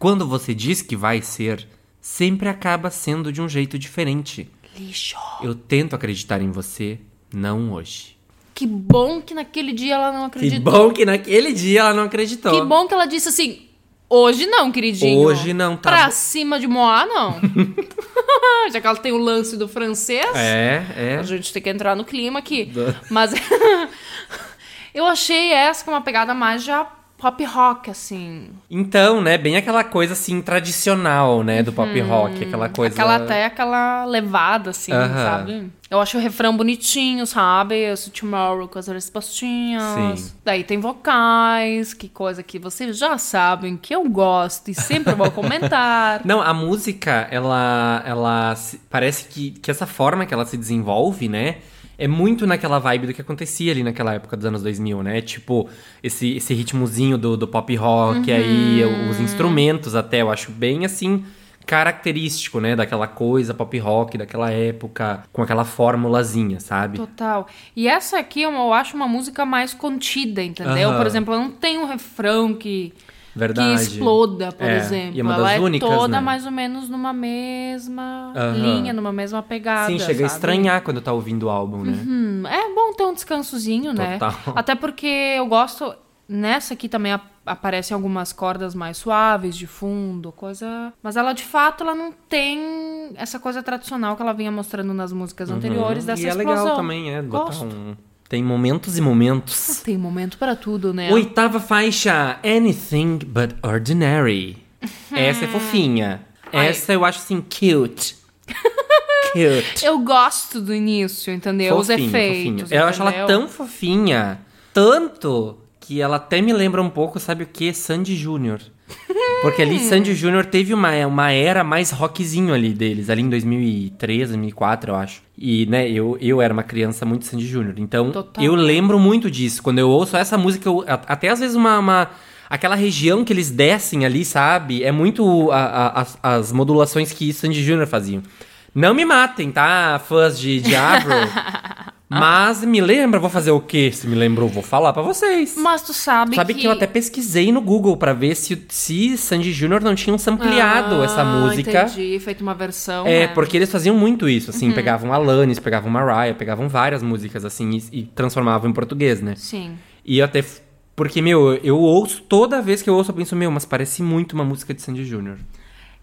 A: quando você diz que vai ser, sempre acaba sendo de um jeito diferente.
B: Lixo.
A: Eu tento acreditar em você, não hoje.
B: Que bom que naquele dia ela não
A: Que
B: acreditou.
A: bom que naquele dia ela não acreditou.
B: Que bom que ela disse assim: hoje não, queridinho.
A: Hoje não, tá
B: Pra
A: bom.
B: cima de Moá, não. Já que ela tem o lance do francês,
A: É,
B: a
A: é.
B: gente tem que entrar no clima aqui. Mas eu achei essa com uma pegada mais já pop rock, assim.
A: Então, né, bem aquela coisa assim tradicional, né, do pop rock, aquela coisa.
B: Uhum. Aquela até aquela levada, assim,
A: Aham.
B: sabe? Eu acho o refrão bonitinho, sabe? Esse tomorrow com as respostinhas.
A: Sim.
B: Daí tem vocais, que coisa que vocês já sabem que eu gosto e sempre vou comentar.
A: Não, a música, ela, ela se- parece que, que essa forma que ela se desenvolve, né? É muito naquela vibe do que acontecia ali naquela época dos anos 2000, né? Tipo, esse, esse ritmozinho do, do pop rock
B: Uhum.
A: aí, os instrumentos até, eu acho bem assim, característico, né? Daquela coisa pop rock daquela época, com aquela formulazinha, sabe?
B: Total. E essa aqui eu- eu acho uma música mais contida, entendeu?
A: Aham.
B: Por exemplo, ela não tem um refrão que,
A: Verdade.
B: que exploda, por
A: É,
B: exemplo.
A: e é uma
B: ela
A: das únicas,
B: é toda
A: né?
B: mais ou menos numa mesma
A: Aham.
B: linha, numa mesma pegada.
A: Sim, chega a
B: sabe? Uhum.
A: estranhar quando tá ouvindo o álbum, né?
B: Hum, é bom ter um descansozinho, né?
A: Total.
B: Até porque eu gosto. Nessa aqui também ap- aparecem algumas cordas mais suaves de fundo, coisa. Mas ela de fato ela não tem essa coisa tradicional que ela vinha mostrando nas músicas anteriores dessa
A: e é
B: explosão.
A: legal também, é. Botar
B: Gosto.
A: um... Tem momentos e momentos.
B: Tem momento pra tudo, né?
A: Oitava faixa, Anything But Ordinary. Essa é fofinha.
B: Ai.
A: Essa eu acho assim, cute. cute.
B: Eu gosto do início, entendeu? Os
A: Fofinho,
B: efeitos.
A: fofinho. Eu acho ela
B: é entendeu?
A: tão fofinha, tanto que ela até me lembra um pouco, sabe o que? Sandy Júnior. Porque ali Sandy Júnior teve uma, é, uma era mais rockzinho ali deles, ali em 2003, 2004, eu acho. E, né, eu, eu era uma criança muito Sandy Júnior. Então,
B: Total.
A: eu lembro muito disso. Quando eu ouço essa música, eu- a- até às vezes uma. uma- aquela região que eles descem ali, sabe? É muito a- a- as, as modulações que Sandy Júnior faziam. Não me matem, tá? Fãs de Diablo.
B: Ah.
A: Mas me lembra, vou fazer o quê? Se me lembrou, vou falar pra vocês.
B: Mas tu sabe,
A: Sabe que... eu até pesquisei no Google pra ver se, se Sandy Júnior não tinham sampleado
B: Ah,
A: essa música.
B: Entendi, Uhum. feito uma versão.
A: É,
B: né?
A: porque eles faziam muito isso, assim, pegavam Alanis, pegavam Mariah, pegavam várias músicas, assim, e, e transformavam em português, né?
B: Sim.
A: E eu até. f- Porque, meu, eu ouço, toda vez que eu ouço, eu penso, meu, mas parece muito uma música de Sandy Júnior.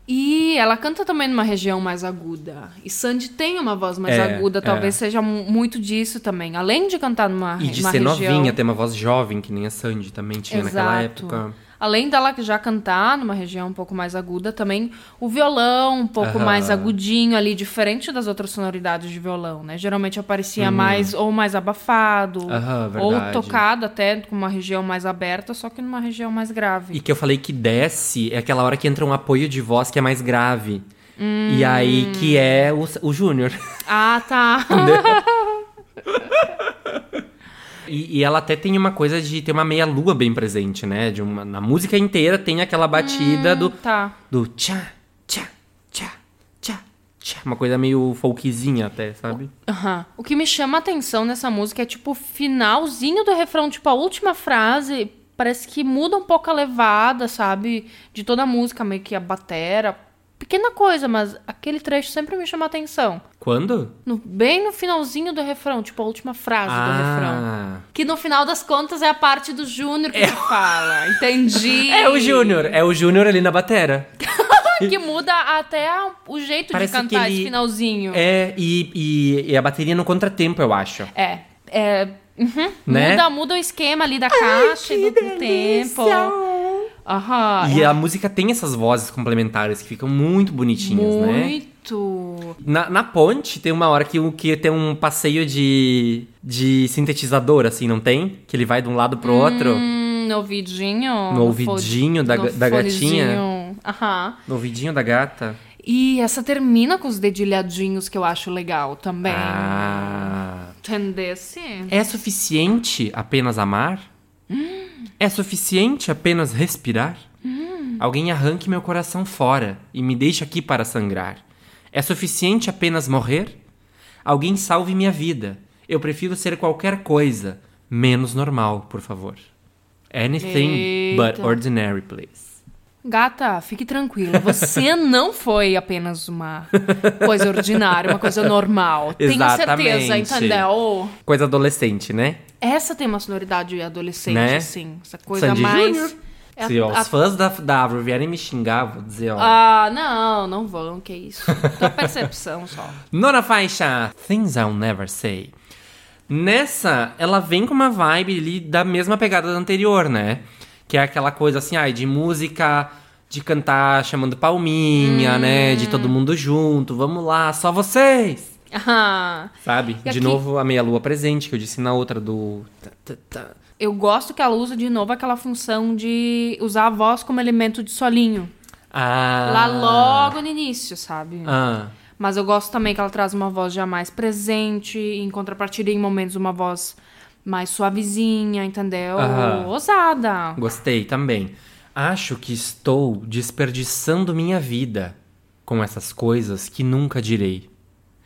B: E ela canta também numa região mais aguda. E Sandy tem uma voz mais
A: É,
B: aguda,
A: é.
B: talvez seja mu- muito disso também. Além de cantar numa,
A: E de
B: uma
A: ser
B: região...
A: novinha, ter uma voz jovem, que nem a Sandy também tinha naquela
B: Exato.
A: época.
B: Além dela já cantar numa região um pouco mais aguda, também o violão um pouco
A: Aham.
B: mais agudinho ali, diferente das outras sonoridades de violão, né? Geralmente aparecia mais ou mais abafado,
A: Uhum. Aham,
B: ou
A: verdade.
B: tocado até com uma região mais aberta, só que numa região mais grave.
A: E que eu falei que desce é aquela hora que entra um apoio de voz que é mais grave. E aí
B: Hum.
A: que é o, o Júnior.
B: Ah, tá.
A: E, e ela até tem uma coisa de ter uma meia lua bem presente, né? De uma, na música inteira tem aquela batida do
B: tá.
A: do tchá, tchá, tchá, tchá, tchá, uma coisa meio folkzinha até, sabe?
B: Aham. O que me chama a atenção nessa música é tipo o finalzinho do refrão, tipo a última frase, parece que muda um pouco a levada, sabe? De toda a música, meio que a batera. Pequena coisa, mas aquele trecho sempre me chama a atenção.
A: Quando?
B: No- bem no finalzinho do refrão, tipo a última frase do
A: Ah.
B: refrão. Que no final das contas é a parte do Júnior que tu fala. Entendi.
A: É o Júnior, é o Júnior ali na batera.
B: Que muda até a- o jeito
A: Parece
B: de cantar
A: que ele-
B: esse finalzinho.
A: É, e, e, e a bateria no contratempo, eu acho.
B: É. é uhum.
A: Né?
B: muda, muda o esquema ali da caixa e do, do tempo. Aham.
A: E
B: é
A: a música tem essas vozes complementares que ficam muito bonitinhas, né?
B: muito.
A: Na, na ponte tem uma hora que, o- que tem um passeio de, de sintetizador, assim, não tem? Que ele vai de um lado pro outro.
B: Hum, no ouvidinho.
A: No ouvidinho da- da gatinha.
B: fonezinho. Aham.
A: No ouvidinho da gata.
B: E essa termina com os dedilhadinhos que eu acho legal também.
A: Ah.
B: Entendesse?
A: É suficiente apenas amar? É suficiente apenas respirar? Alguém arranque meu coração fora e me deixe aqui para sangrar. É suficiente apenas morrer? Alguém salve minha vida. Eu prefiro ser qualquer coisa, menos normal, por favor. Anything but
B: Eita.
A: ordinary, please.
B: Gata, fique tranquila. Você não foi apenas uma coisa ordinária, uma coisa normal. Tenho certeza,
A: Exatamente.
B: entendeu?
A: Coisa adolescente, né?
B: Essa tem uma sonoridade adolescente,
A: Né?
B: assim. Essa coisa
A: Sandy
B: mais.
A: Júnior.
B: É
A: Se ó,
B: a-
A: os fãs da, da Avril vierem me xingar, vou dizer, ó.
B: Ah, não, não vão, que isso. Tua percepção só.
A: Nona faixa, Things I'll Never Say. Nessa, ela vem com uma vibe ali da mesma pegada da anterior, né? Que é aquela coisa assim, ai, de música, de cantar chamando palminha, né?
B: Hum.
A: De todo mundo junto, vamos lá, só vocês!
B: Ah,
A: Sabe?
B: E
A: de
B: aqui-
A: novo, a meia-lua presente, que eu disse na outra do... tá, tá, tá.
B: eu gosto que ela usa de novo aquela função de usar a voz como elemento de solinho.
A: Ah...
B: Lá logo no início, sabe?
A: Ah,
B: Mas eu gosto também que ela traz uma voz já mais presente, em contrapartida, em momentos, uma voz mais suavezinha, entendeu?
A: Aham.
B: Ousada.
A: gostei também. Acho que estou desperdiçando minha vida com essas coisas que nunca direi.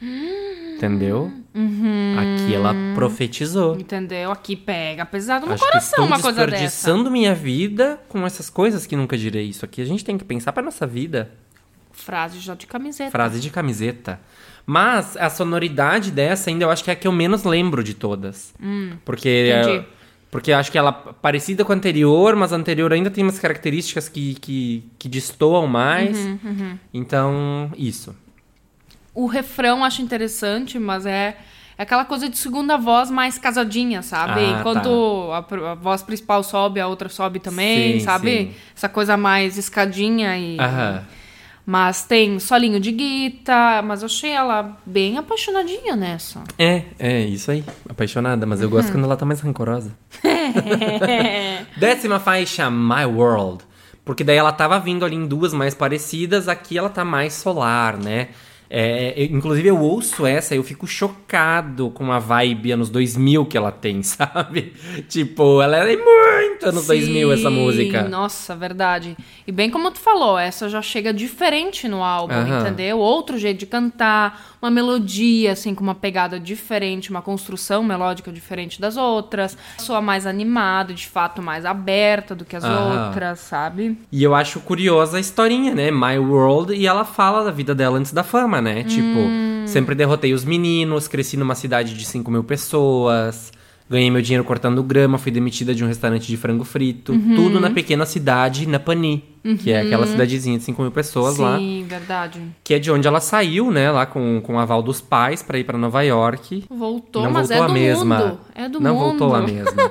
B: Hum.
A: Entendeu?
B: Uhum.
A: Aqui ela profetizou.
B: Entendeu? Aqui pega pesado no
A: Acho que
B: coração
A: estou
B: uma coisa dessa.
A: desperdiçando minha vida com essas coisas que nunca direi. Isso aqui a gente tem que pensar pra nossa vida.
B: Frase já de camiseta.
A: Frase de camiseta. Mas a sonoridade dessa ainda eu acho que é a que eu menos lembro de todas. Porque
B: entendi.
A: eh, Porque eu acho que ela é parecida com a anterior, mas a anterior ainda tem umas características que, que, que destoam mais. Então, isso.
B: O refrão eu acho interessante, mas é, é aquela coisa de segunda voz mais casadinha, sabe?
A: Ah,
B: Enquanto a pr- a, voz principal sobe, a outra sobe também,
A: Sim,
B: sabe?
A: sim.
B: Essa coisa mais escadinha e.
A: Aham.
B: Mas tem solinho de guita, mas eu achei ela bem apaixonadinha nessa.
A: É, é, isso aí. Apaixonada, mas eu gosto quando ela tá mais rancorosa. Décima faixa, My World. Porque daí ela tava vindo ali em duas mais parecidas, aqui ela tá mais solar, né? É, eu- inclusive eu ouço essa e eu fico chocado com a vibe anos 2000 que ela tem, sabe? Tipo, ela é muito anos 2000 essa
B: Sim,
A: música.
B: Nossa, verdade. E bem como tu falou, essa já chega diferente no álbum,
A: Aham.
B: entendeu? Outro jeito de cantar, uma melodia, assim, com uma pegada diferente, uma construção melódica diferente das outras. Soa mais animado, de fato, mais aberta do que as
A: Aham.
B: outras, sabe?
A: E eu acho curiosa a historinha, né? My World, e ela fala da vida dela antes da fama, né?
B: Hum.
A: Tipo, sempre derrotei os meninos, cresci numa cidade de 5 mil pessoas, ganhei meu dinheiro cortando grama, fui demitida de um restaurante de frango frito.
B: Uhum.
A: Tudo na pequena cidade, na Pani, que é aquela cidadezinha de 5 mil pessoas lá.
B: Sim, verdade.
A: Que é de onde ela saiu, né? Lá com, com o aval dos pais pra ir pra Nova York.
B: Voltou,
A: Não
B: mas é
A: voltou a
B: do
A: mesma.
B: mundo. É do
A: Não
B: mundo.
A: voltou a mesma.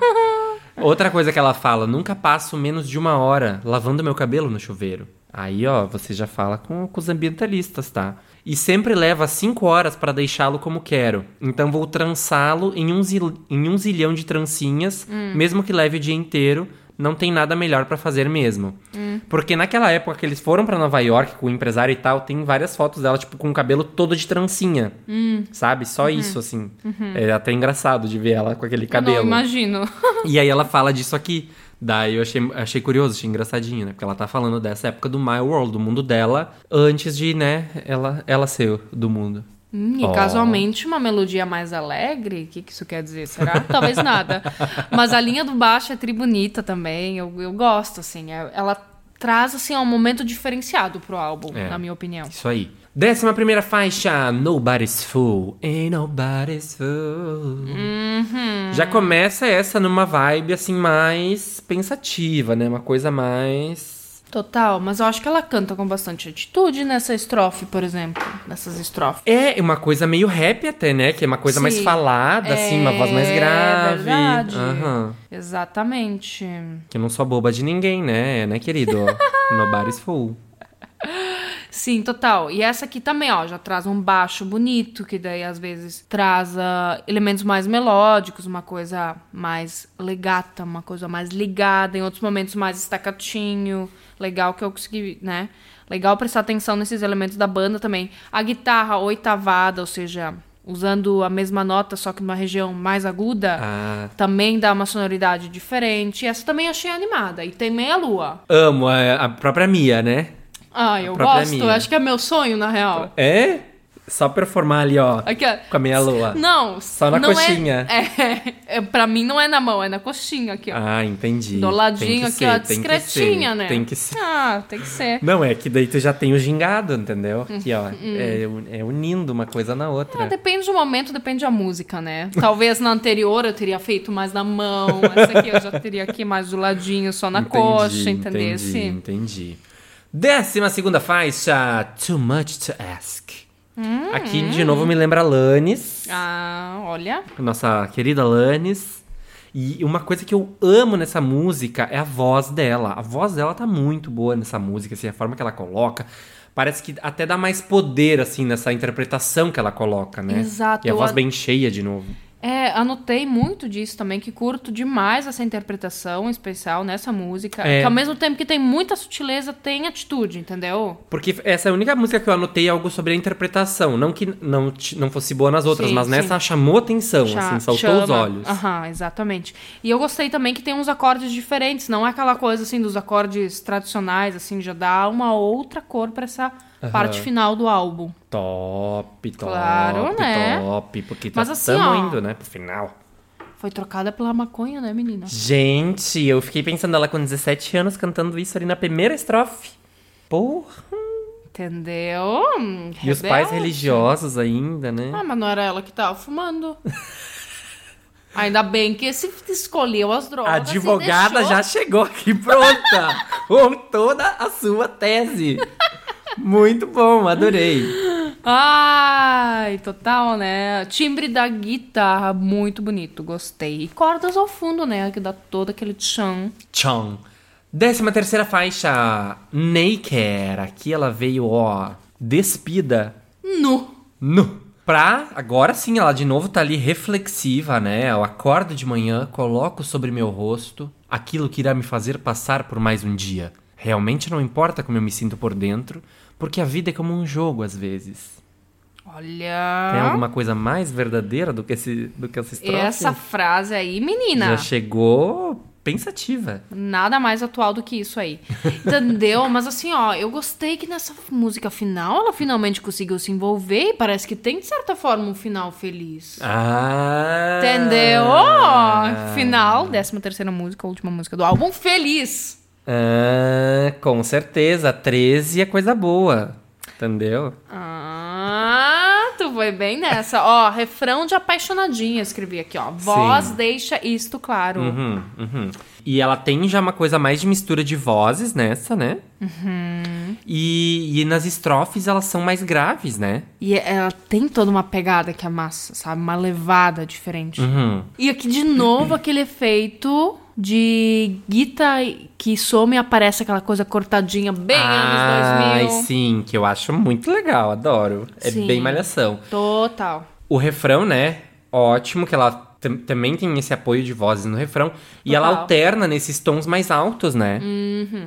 A: Outra coisa que ela fala, nunca passo menos de uma hora lavando meu cabelo no chuveiro. Aí, ó, você já fala com, com os ambientalistas, tá? E sempre leva cinco horas pra deixá-lo como quero. Então vou trançá-lo em, um zil- em um zilhão de trancinhas,
B: Hum.
A: mesmo que leve o dia inteiro. Não tem nada melhor pra fazer mesmo.
B: Hum.
A: Porque naquela época que eles foram pra Nova York com o empresário e tal, tem várias fotos dela, tipo, com o cabelo todo de trancinha.
B: Hum.
A: Sabe? Só isso, assim. É até engraçado de ver ela com aquele
B: Uhum. Eu Não,
A: cabelo.
B: imagino.
A: E aí ela fala disso aqui. Daí eu achei, achei curioso, achei engraçadinho, né? Porque ela tá falando dessa época do My World, do mundo dela, antes de, né, ela, ela ser do mundo.
B: Hum, e
A: Ó.
B: casualmente uma melodia mais alegre, o que, que isso quer dizer? Será? Talvez nada. Mas a linha do baixo é tri bonita também, eu, eu gosto, assim. é- Ela traz, assim, um momento diferenciado pro álbum,
A: É.
B: na minha opinião.
A: Isso aí. Décima primeira faixa, Nobody's Fool. Ain't nobody's fool.
B: Uhum.
A: Já começa essa numa vibe, assim, mais pensativa, né? Uma coisa mais...
B: Total, mas eu acho que ela canta com bastante atitude nessa estrofe, por exemplo. Nessas estrofes.
A: É uma coisa meio rap até, né? Que é uma coisa mais
B: Sim.
A: falada, assim, uma voz mais
B: É
A: grave.
B: verdade.
A: Aham.
B: Exatamente.
A: Que eu não sou boba de ninguém, né? Né, querido? Nobody's fool.
B: Sim, total. E essa aqui também, ó, já traz um baixo bonito, que daí às vezes traz ah, elementos mais melódicos, uma coisa mais legata, uma coisa mais ligada, em outros momentos mais estacatinho. Legal que eu consegui, né? Legal prestar atenção nesses elementos da banda também. A guitarra oitavada, ou seja, usando a mesma nota, só que numa região mais aguda,
A: Ah.
B: também dá uma sonoridade diferente. E essa também achei animada. E tem meia lua.
A: Amo é, a própria Mia, né?
B: Ah, eu
A: própria
B: gosto.
A: minha.
B: Acho que é meu sonho, na real.
A: É? Só performar ali, ó.
B: Aqui, ó.
A: Com a meia lua.
B: Não.
A: Só na
B: não é-
A: coxinha.
B: É, é, pra mim não é na mão, é na coxinha aqui, ó.
A: Ah, entendi.
B: Do
A: Tem que
B: ladinho aqui,
A: ser,
B: ó.
A: tem que
B: Discretinha,
A: ser,
B: né?
A: Tem que ser.
B: Ah, tem que ser.
A: Não, é que daí tu já tem o gingado, entendeu? Aqui, ó. é, un- é unindo uma coisa na outra.
B: Hum, Ah, depende do momento, depende da música, né? Talvez na anterior eu teria feito mais na mão. Essa aqui eu já teria aqui mais do ladinho, só na coxa, entendeu?
A: Entendi, entendi. Décima segunda faixa, Too Much to Ask.
B: Hum.
A: Aqui, de novo, me lembra Lannis.
B: Ah, olha.
A: nossa querida Lannis. E uma coisa que eu amo nessa música é a voz dela. A voz dela tá muito boa nessa música, assim, a forma que ela coloca. Parece que até dá mais poder, assim, nessa interpretação que ela coloca, né?
B: Exato,
A: E a
B: eu
A: voz
B: a-
A: bem cheia de novo.
B: É, anotei muito disso também, que curto demais essa interpretação especial nessa música.
A: É.
B: Que ao mesmo tempo que tem muita sutileza, tem atitude, entendeu?
A: Porque essa é a única música que eu anotei algo sobre a interpretação. Não que não, te- não fosse boa nas outras,
B: Sim,
A: mas nessa
B: sim.
A: ela chamou atenção, assim, saltou os
B: chama.
A: olhos.
B: Aham, exatamente. E eu gostei também que tem uns acordes diferentes, não é aquela coisa assim dos acordes tradicionais, assim, já dá uma outra cor pra essa parte final do álbum.
A: Top, top,
B: Claro, né?
A: top. Porque
B: Mas
A: tá
B: assim,
A: tamo
B: ó.
A: indo, né, pro final.
B: Foi trocada pela maconha, né, menina?
A: Gente, eu fiquei pensando ela com 17 anos cantando isso ali na primeira estrofe. Porra.
B: Entendeu? Hum,
A: E os pais
B: rebelde.
A: religiosos ainda, né?
B: Ah, mas não era ela que tava fumando. Ainda bem que esse escolheu as drogas.
A: A advogada
B: e deixou...
A: já chegou aqui pronta com toda a sua tese. Muito bom, adorei.
B: Ai, total, né? Timbre da guitarra, muito bonito, gostei. E cordas ao fundo, né? Que dá todo aquele tchan.
A: Tchau. Décima terceira faixa, Naked. Aqui ela veio, ó, despida,
B: Nu.
A: nu. Pra, agora sim, ela de novo tá ali reflexiva, né? Eu acordo de manhã, coloco sobre meu rosto aquilo que irá me fazer passar por mais um dia. Realmente não importa como eu me sinto por dentro, porque a vida é como um jogo às vezes.
B: Olha.
A: Tem alguma coisa mais verdadeira do que, esse, do que essa estrofe?
B: Essa frase aí, menina.
A: Já chegou pensativa.
B: Nada mais atual do que isso aí. Entendeu? Mas assim, ó, eu gostei que nessa música final ela finalmente conseguiu se envolver e parece que tem, de certa forma, um final feliz.
A: Ah!
B: Entendeu? Ó, Final, décima terceira música, última música do álbum, feliz.
A: Ah, com certeza. 13 é coisa boa. Entendeu?
B: Ah, tu foi bem nessa. Ó, refrão de apaixonadinha, escrevi aqui, ó. Voz deixa isto claro.
A: Uhum, uhum. E ela tem já uma coisa mais de mistura de vozes nessa, né?
B: Uhum.
A: E, e nas estrofes elas são mais graves, né?
B: E é, ela tem toda uma pegada que é massa, sabe? Uma levada diferente.
A: Uhum.
B: E aqui de novo aquele efeito de guita que some e aparece aquela coisa cortadinha bem
A: Ah,
B: anos 2000.
A: Ai, sim, que eu acho muito legal, adoro. É
B: Sim.
A: bem malhação.
B: Total.
A: O refrão, né? Ótimo, que ela tam- também tem esse apoio de vozes no refrão. E ela
B: Total. Uhum.
A: alterna nesses tons mais altos, né?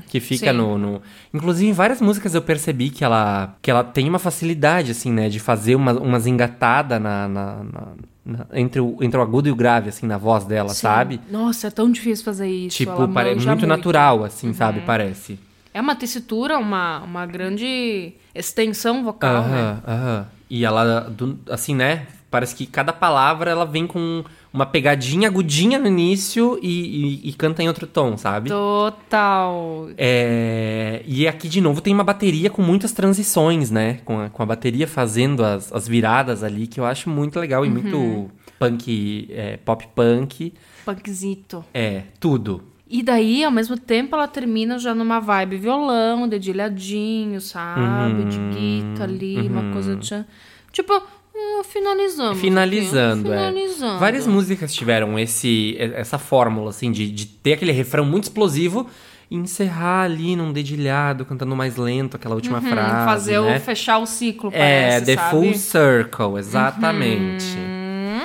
A: Que fica
B: sim.
A: no, no- Inclusive, em várias músicas eu percebi que ela, que ela tem uma facilidade, assim, né? De fazer uma, umas engatadas na, na- na- na- entre, o, entre o agudo e o grave, assim, na voz dela,
B: Sim.
A: sabe?
B: Nossa, é tão difícil fazer isso.
A: Tipo,
B: ela
A: pare...
B: manja Uhum.
A: muito, natural, assim, sabe? Parece.
B: É uma tessitura, uma, uma grande extensão vocal, né?
A: Aham, aham. E ela, do- assim, né? Parece que cada palavra ela vem com uma pegadinha agudinha no início e, e- e canta em outro tom, sabe?
B: Total.
A: É, e aqui de novo tem uma bateria com muitas transições, né? Com a, com a bateria fazendo as, as viradas ali, que eu acho muito legal e muito punk, é, pop punk.
B: Punkzito.
A: É, tudo.
B: E daí, ao mesmo tempo, ela termina já numa vibe violão, dedilhadinho, sabe? De
A: Uhum.
B: guita ali, uma coisa de... Tipo, hum, finalizamos. aqui.
A: Finalizando, é.
B: Finalizando.
A: Várias músicas tiveram esse, essa fórmula, assim, de, de ter aquele refrão muito explosivo e encerrar ali num dedilhado, cantando mais lento aquela última
B: Hum,
A: frase.
B: Fazer
A: né?
B: o fechar o ciclo,
A: É,
B: parece,
A: The
B: sabe?
A: Full Circle, exatamente.
B: Uhum.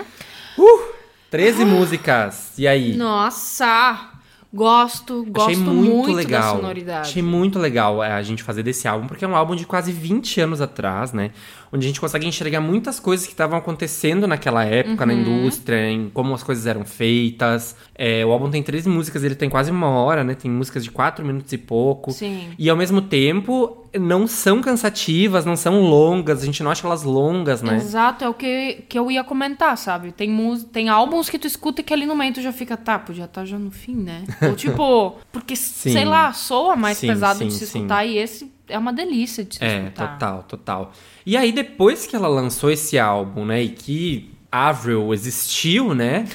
A: Uh! 13 músicas. E aí?
B: Nossa! Gosto, gosto
A: Achei muito,
B: da
A: legal.
B: sonoridade.
A: Achei muito legal é, a gente fazer desse álbum, porque é um álbum de quase 20 anos atrás, né? Onde a gente consegue enxergar muitas coisas que estavam acontecendo naquela época,
B: Uhum.
A: na indústria, em como as coisas eram feitas. É, o álbum tem 13 músicas, ele tem quase uma hora, né? Tem músicas de 4 minutos e pouco.
B: Sim.
A: E ao mesmo tempo, não são cansativas, não são longas, a gente não acha elas longas, né?
B: Exato, é o que, que eu ia comentar, sabe? Tem, mus- tem álbuns que tu escuta e que ali no meio tu já fica, tá, podia estar já no fim, né? Ou tipo, porque, sei lá, soa mais
A: Sim,
B: pesado
A: sim,
B: de se
A: sim.
B: escutar e esse é uma delícia de se
A: É,
B: escutar.
A: total, total. E aí, depois que ela lançou esse álbum, né, e que Avril existiu, né,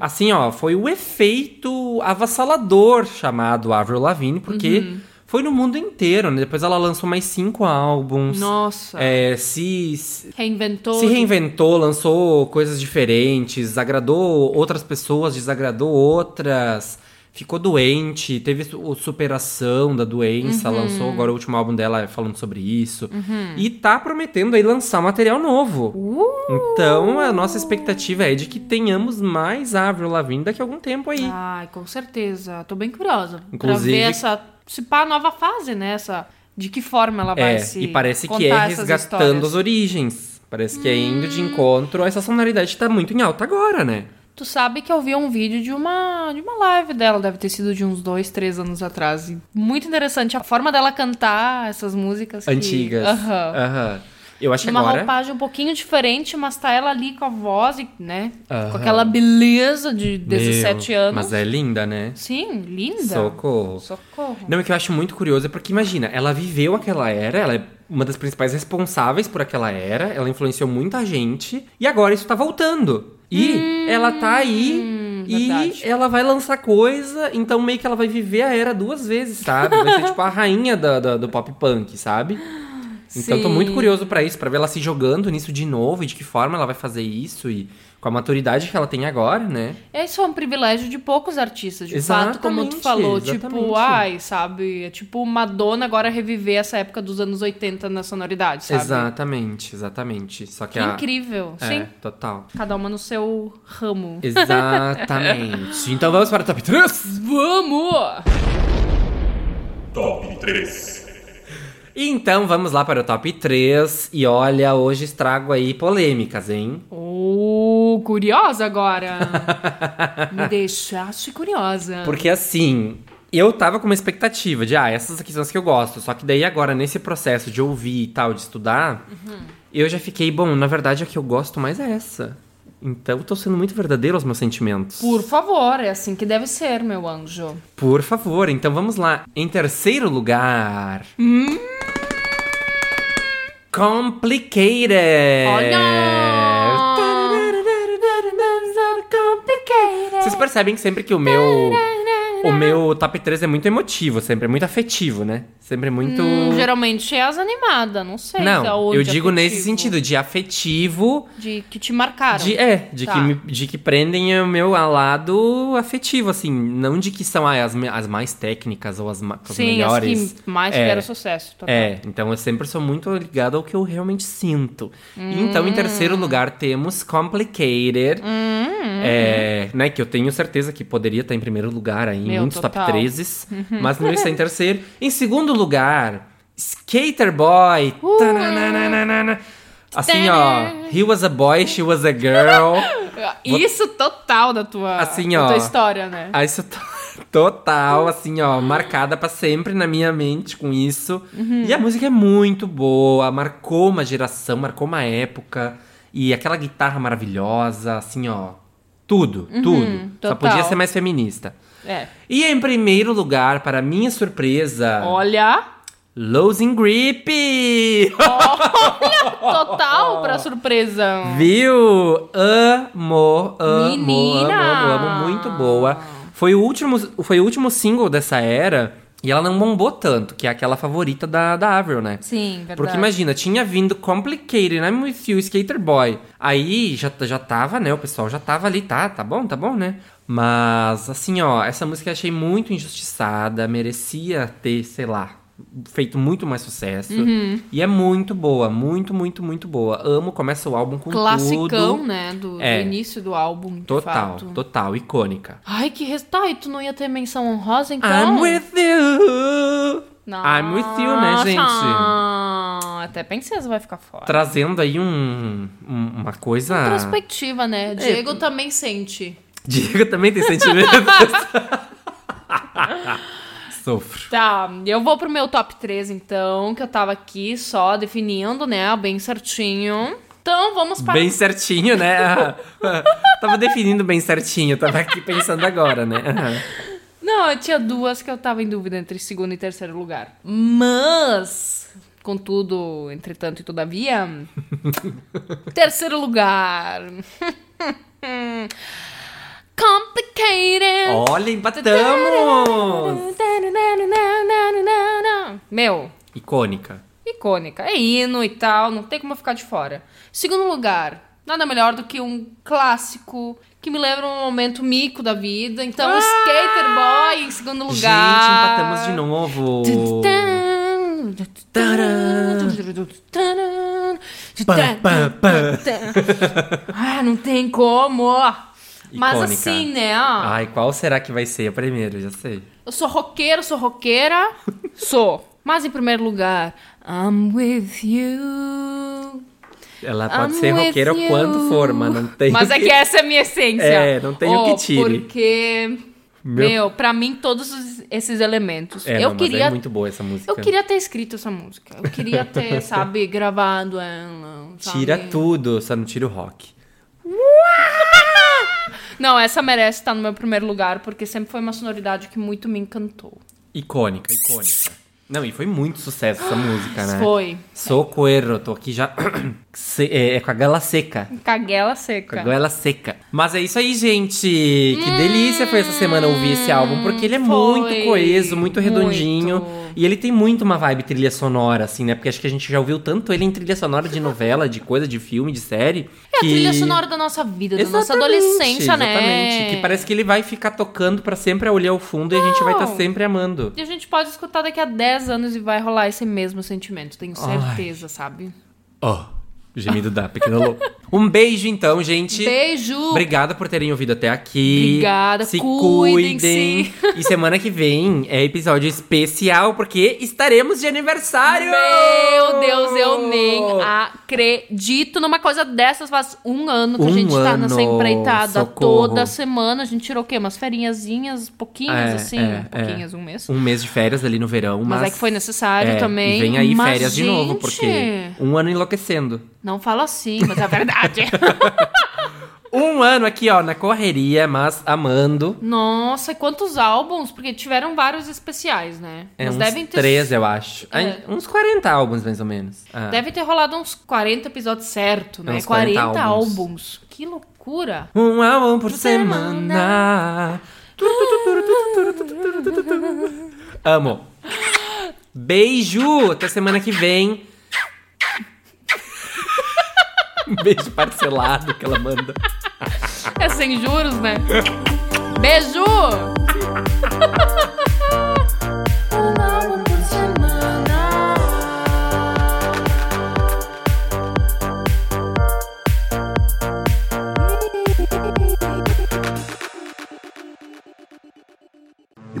A: assim, ó, foi o efeito avassalador chamado Avril Lavigne, porque
B: Uhum.
A: foi no mundo inteiro, né, depois ela lançou mais cinco álbuns.
B: Nossa,
A: É, se, se
B: reinventou.
A: reinventou, lançou coisas diferentes, agradou outras pessoas, desagradou outras, ficou doente, teve su- superação da doença,
B: Uhum.
A: lançou agora o último álbum dela falando sobre isso. E tá prometendo aí lançar material novo.
B: Uh!
A: Então a nossa expectativa é de que tenhamos mais Avril Lavigne daqui a algum tempo aí.
B: Ai, com certeza. Tô bem curiosa. Pra
A: Inclusive-
B: ver essa, se pá, nova fase, né? Essa, de que forma ela vai
A: é,
B: se
A: e parece que
B: contar
A: é
B: essas
A: resgatando
B: histórias. Hum.
A: as origens. Parece que é indo de encontro. Essa sonoridade tá muito em alta agora, né?
B: Tu sabe que eu vi um vídeo de uma, de uma live dela, deve ter sido de uns dois, três anos atrás. E muito interessante a forma dela cantar essas músicas. que-
A: Antigas.
B: Aham.
A: Aham. Eu acho que
B: Uma
A: agora.
B: roupagem um pouquinho diferente, mas tá ela ali com a voz, e, né?
A: Aham.
B: Com aquela beleza de 17
A: Meu,
B: anos.
A: Mas é linda, né?
B: Sim, linda.
A: Socorro.
B: Socorro.
A: Não, o que eu acho muito curioso é porque, imagina, ela viveu aquela era, ela é uma das principais responsáveis por aquela era, ela influenciou muita gente, e agora isso tá voltando. E ela tá aí e
C: verdade.
A: ela vai lançar coisa, então meio que ela vai viver a era duas vezes, sabe? Vai ser tipo a rainha da- da- do pop punk, sabe? Então tô muito
C: Sim.
A: curioso pra isso, pra ver ela se jogando nisso de novo e de que forma ela vai fazer isso e com a maturidade que ela tem agora, né?
B: Isso é um privilégio de poucos artistas, de fato, como tu
A: Exatamente,
B: falou.
A: exatamente.
B: Tipo, ai, sabe? É tipo Madonna agora reviver essa época dos anos 80 na sonoridade, sabe?
A: Exatamente, exatamente. Só que,
B: Que
A: a...
B: incrível.
A: É,
B: Sim.
A: total.
B: Cada uma no seu ramo.
A: Exatamente. então vamos para o top 3?
B: Vamos!
D: Top 3.
A: Então vamos lá para o top 3. E olha, hoje estrago aí polêmicas, hein?
B: Ô, curiosa agora. Me deixaste curiosa.
A: Porque assim, eu tava com uma expectativa de, ah, essas aqui são as que eu gosto. Só que daí agora, nesse processo de ouvir e tal, de estudar, eu já fiquei, bom, na verdade a que eu gosto mais é essa. Então tô sendo muito verdadeiro aos meus sentimentos.
B: Por favor, é assim que deve ser, meu anjo.
A: Por favor, então vamos lá. Em terceiro lugar.
B: Hum.
A: Complicated!
B: Olha!
A: Vocês percebem que sempre que o meu. O meu top 3 é muito emotivo, sempre, é muito afetivo, né? Sempre é muito.
B: Hum, geralmente é as animadas, não sei. se é
A: Não,
B: onde
A: eu
B: afetivo.
A: digo nesse sentido, de afetivo.
B: De que te marcaram.
A: De, é, de,
B: Tá.
A: que me- de que prendem o meu lado afetivo, assim. Não de que são ah, as, me- as mais técnicas ou as, ma- as
B: Sim,
A: melhores.
B: as que mais
A: É.
B: fizeram sucesso. total.
A: É, então eu sempre sou muito ligado ao que eu realmente sinto. Então, em
B: Hum.
A: terceiro lugar, temos Complicated. é, né, que eu tenho certeza que poderia estar em primeiro lugar aí, em
B: uhum. Meu,
A: muitos
B: total. Uhum.
A: top 13s, mas não está em terceiro. Em segundo lugar, Skater Boy.
B: Uh.
A: Tananana. Assim, ó, he was a boy, she was a girl.
B: Isso total da tua,
A: Assim,
B: da
A: ó.
B: tua história, né?
A: Ah, isso to- total, assim, ó, marcada pra sempre na minha mente com isso.
B: Uhum.
A: E a música é muito boa, marcou uma geração, marcou uma época. E aquela guitarra maravilhosa, assim, ó. Tudo, tudo. Só
B: Uhum, total.
A: podia ser mais feminista.
B: É.
A: E em primeiro lugar, para minha surpresa,
B: Olha,
A: Losing Grip!
B: total pra surpresa.
A: Viu? Amo, amo,
B: Menina!
A: amo, amo, amo, muito boa. Foi o último, foi o último single dessa era e ela não bombou tanto, que é aquela favorita da, da Avril, né?
B: Sim, verdade.
A: Porque imagina, tinha vindo Complicated, I'm With You, Skater Boy. Aí já, já tava, né? O pessoal já tava ali, tá, tá bom, tá bom, né? Mas, assim, ó, essa música eu achei muito injustiçada, merecia ter, sei lá, feito muito mais sucesso.
B: Uhum.
A: E é muito boa, muito, muito, muito boa. Amo, começa o álbum com
B: Classicão,
A: tudo.
B: né? Do, do
A: É.
B: início do álbum. de
A: Total,
B: fato.
A: total, icônica.
B: Ai, que res... Tá, e tu não ia ter menção honrosa, então?
A: I'm with you! I'm with you, né, gente?
B: Nossa, Até princesa vai ficar fora.
A: Trazendo aí um, um- uma coisa.
B: Introspectiva, né?
A: É.
B: Diego também sente.
A: Diego também tem sentimentos. Sofro.
B: Tá, eu vou pro meu top 3, então, que eu tava aqui só definindo, né? Bem certinho. Então, vamos para...
A: Bem certinho, né? tava definindo bem certinho, tava aqui pensando agora, né?
B: Não, eu tinha duas que eu tava em dúvida entre segundo e terceiro lugar. Mas, contudo, entretanto e todavia, terceiro lugar. Complicated.
A: Olha, empatamos!
B: Meu,
A: Icônica.
B: icônica. É hino e tal, não tem como eu ficar de fora. Segundo lugar, nada melhor do que um clássico que me lembra um momento mico da vida. Então, Skater Boy em segundo lugar.
A: Gente, empatamos de novo. Pam, pam, pam.
B: Ah, não tem como. Mas
A: Icônica.
B: assim, né?
A: Ai, qual será que vai ser a primeira? Já sei.
B: Eu sou roqueiro, sou roqueira. sou. Mas em primeiro lugar, I'm with you.
A: Ela Ah, pode
B: I'm
A: ser
B: with
A: roqueira o
B: you.
A: quanto for, mas não tem.
B: é Mas é que essa é a minha essência. Oh,
A: É, não tem o que tire.
B: Porque,
A: Meu-
B: meu, pra mim, todos os- esses elementos.
A: É,
B: eu
A: não, mas
B: queria.
A: é muito boa essa música.
B: Eu queria ter escrito essa música. Eu queria ter, sabe, gravado ela. sabe?
A: Tira tudo, só não tira o rock.
B: Não, essa merece estar no meu primeiro lugar, porque sempre foi uma sonoridade que muito me encantou.
A: Icônica, icônica. Não, e foi muito sucesso essa música, né?
B: Foi.
A: Sou coero, tô aqui já. Se- é, é com a gala seca.
B: Caguela
A: Com
B: seca.
A: a goela seca. Mas é isso aí, gente. Que delícia foi essa semana ouvir esse álbum, porque ele é muito
B: Hum, foi.
A: coeso, muito redondinho.
B: Muito.
A: E ele tem muito uma vibe trilha sonora, assim, né? Porque acho que a gente já ouviu tanto ele em trilha sonora de novela, de coisa, de filme, de série.
B: É a
A: que-
B: trilha sonora da nossa vida, da nossa
A: Exatamente,
B: adolescência, né?
A: Exatamente. Que parece que ele vai ficar tocando pra sempre olhar o fundo e a gente vai estar
B: Não.
A: sempre amando.
B: E a gente pode escutar daqui a 10 anos e vai rolar esse mesmo sentimento, tenho certeza, sabe?
A: Ó, gemido da pequena louca. Um beijo então, gente.
B: Beijo!
A: Obrigada por terem ouvido até aqui.
B: Obrigada,
A: se
B: cuidem-se.
A: cuidem. E semana que vem é episódio especial porque estaremos de aniversário.
B: Meu Deus, eu nem Ah, acredito numa coisa dessas. Faz um ano que a
A: Um
B: gente tá nessa
A: ano,
B: empreitada
A: socorro.
B: toda semana. A gente tirou o quê? Umas ferinhazinhas, pouquinhas,
A: É,
B: assim.
A: é,
B: pouquinhas, um mês.
A: Um mês de férias ali no verão,
B: Mas
A: mas
B: é que foi necessário
A: é,
B: também.
A: E vem aí
B: Mas,
A: férias de novo
B: gente,
A: porque um ano enlouquecendo.
B: Não fala assim, mas é a verdade.
A: Um ano aqui, ó, na correria, mas amando.
B: Nossa, e quantos álbuns? Porque tiveram vários especiais, né?
A: É
B: mas
A: uns
B: devem ter.
A: 13, eu acho.
B: É.
A: Ai, Uns 40 álbuns, mais ou menos. Ah.
B: Deve ter rolado uns 40 episódios certo, né?
A: Uns 40
B: álbuns.
A: álbuns.
B: Que loucura!
A: Um álbum por
B: Por
A: semana. Amo. Beijo. Até semana que vem. Um beijo parcelado que ela manda.
B: É sem juros, né? Beijo!
E: You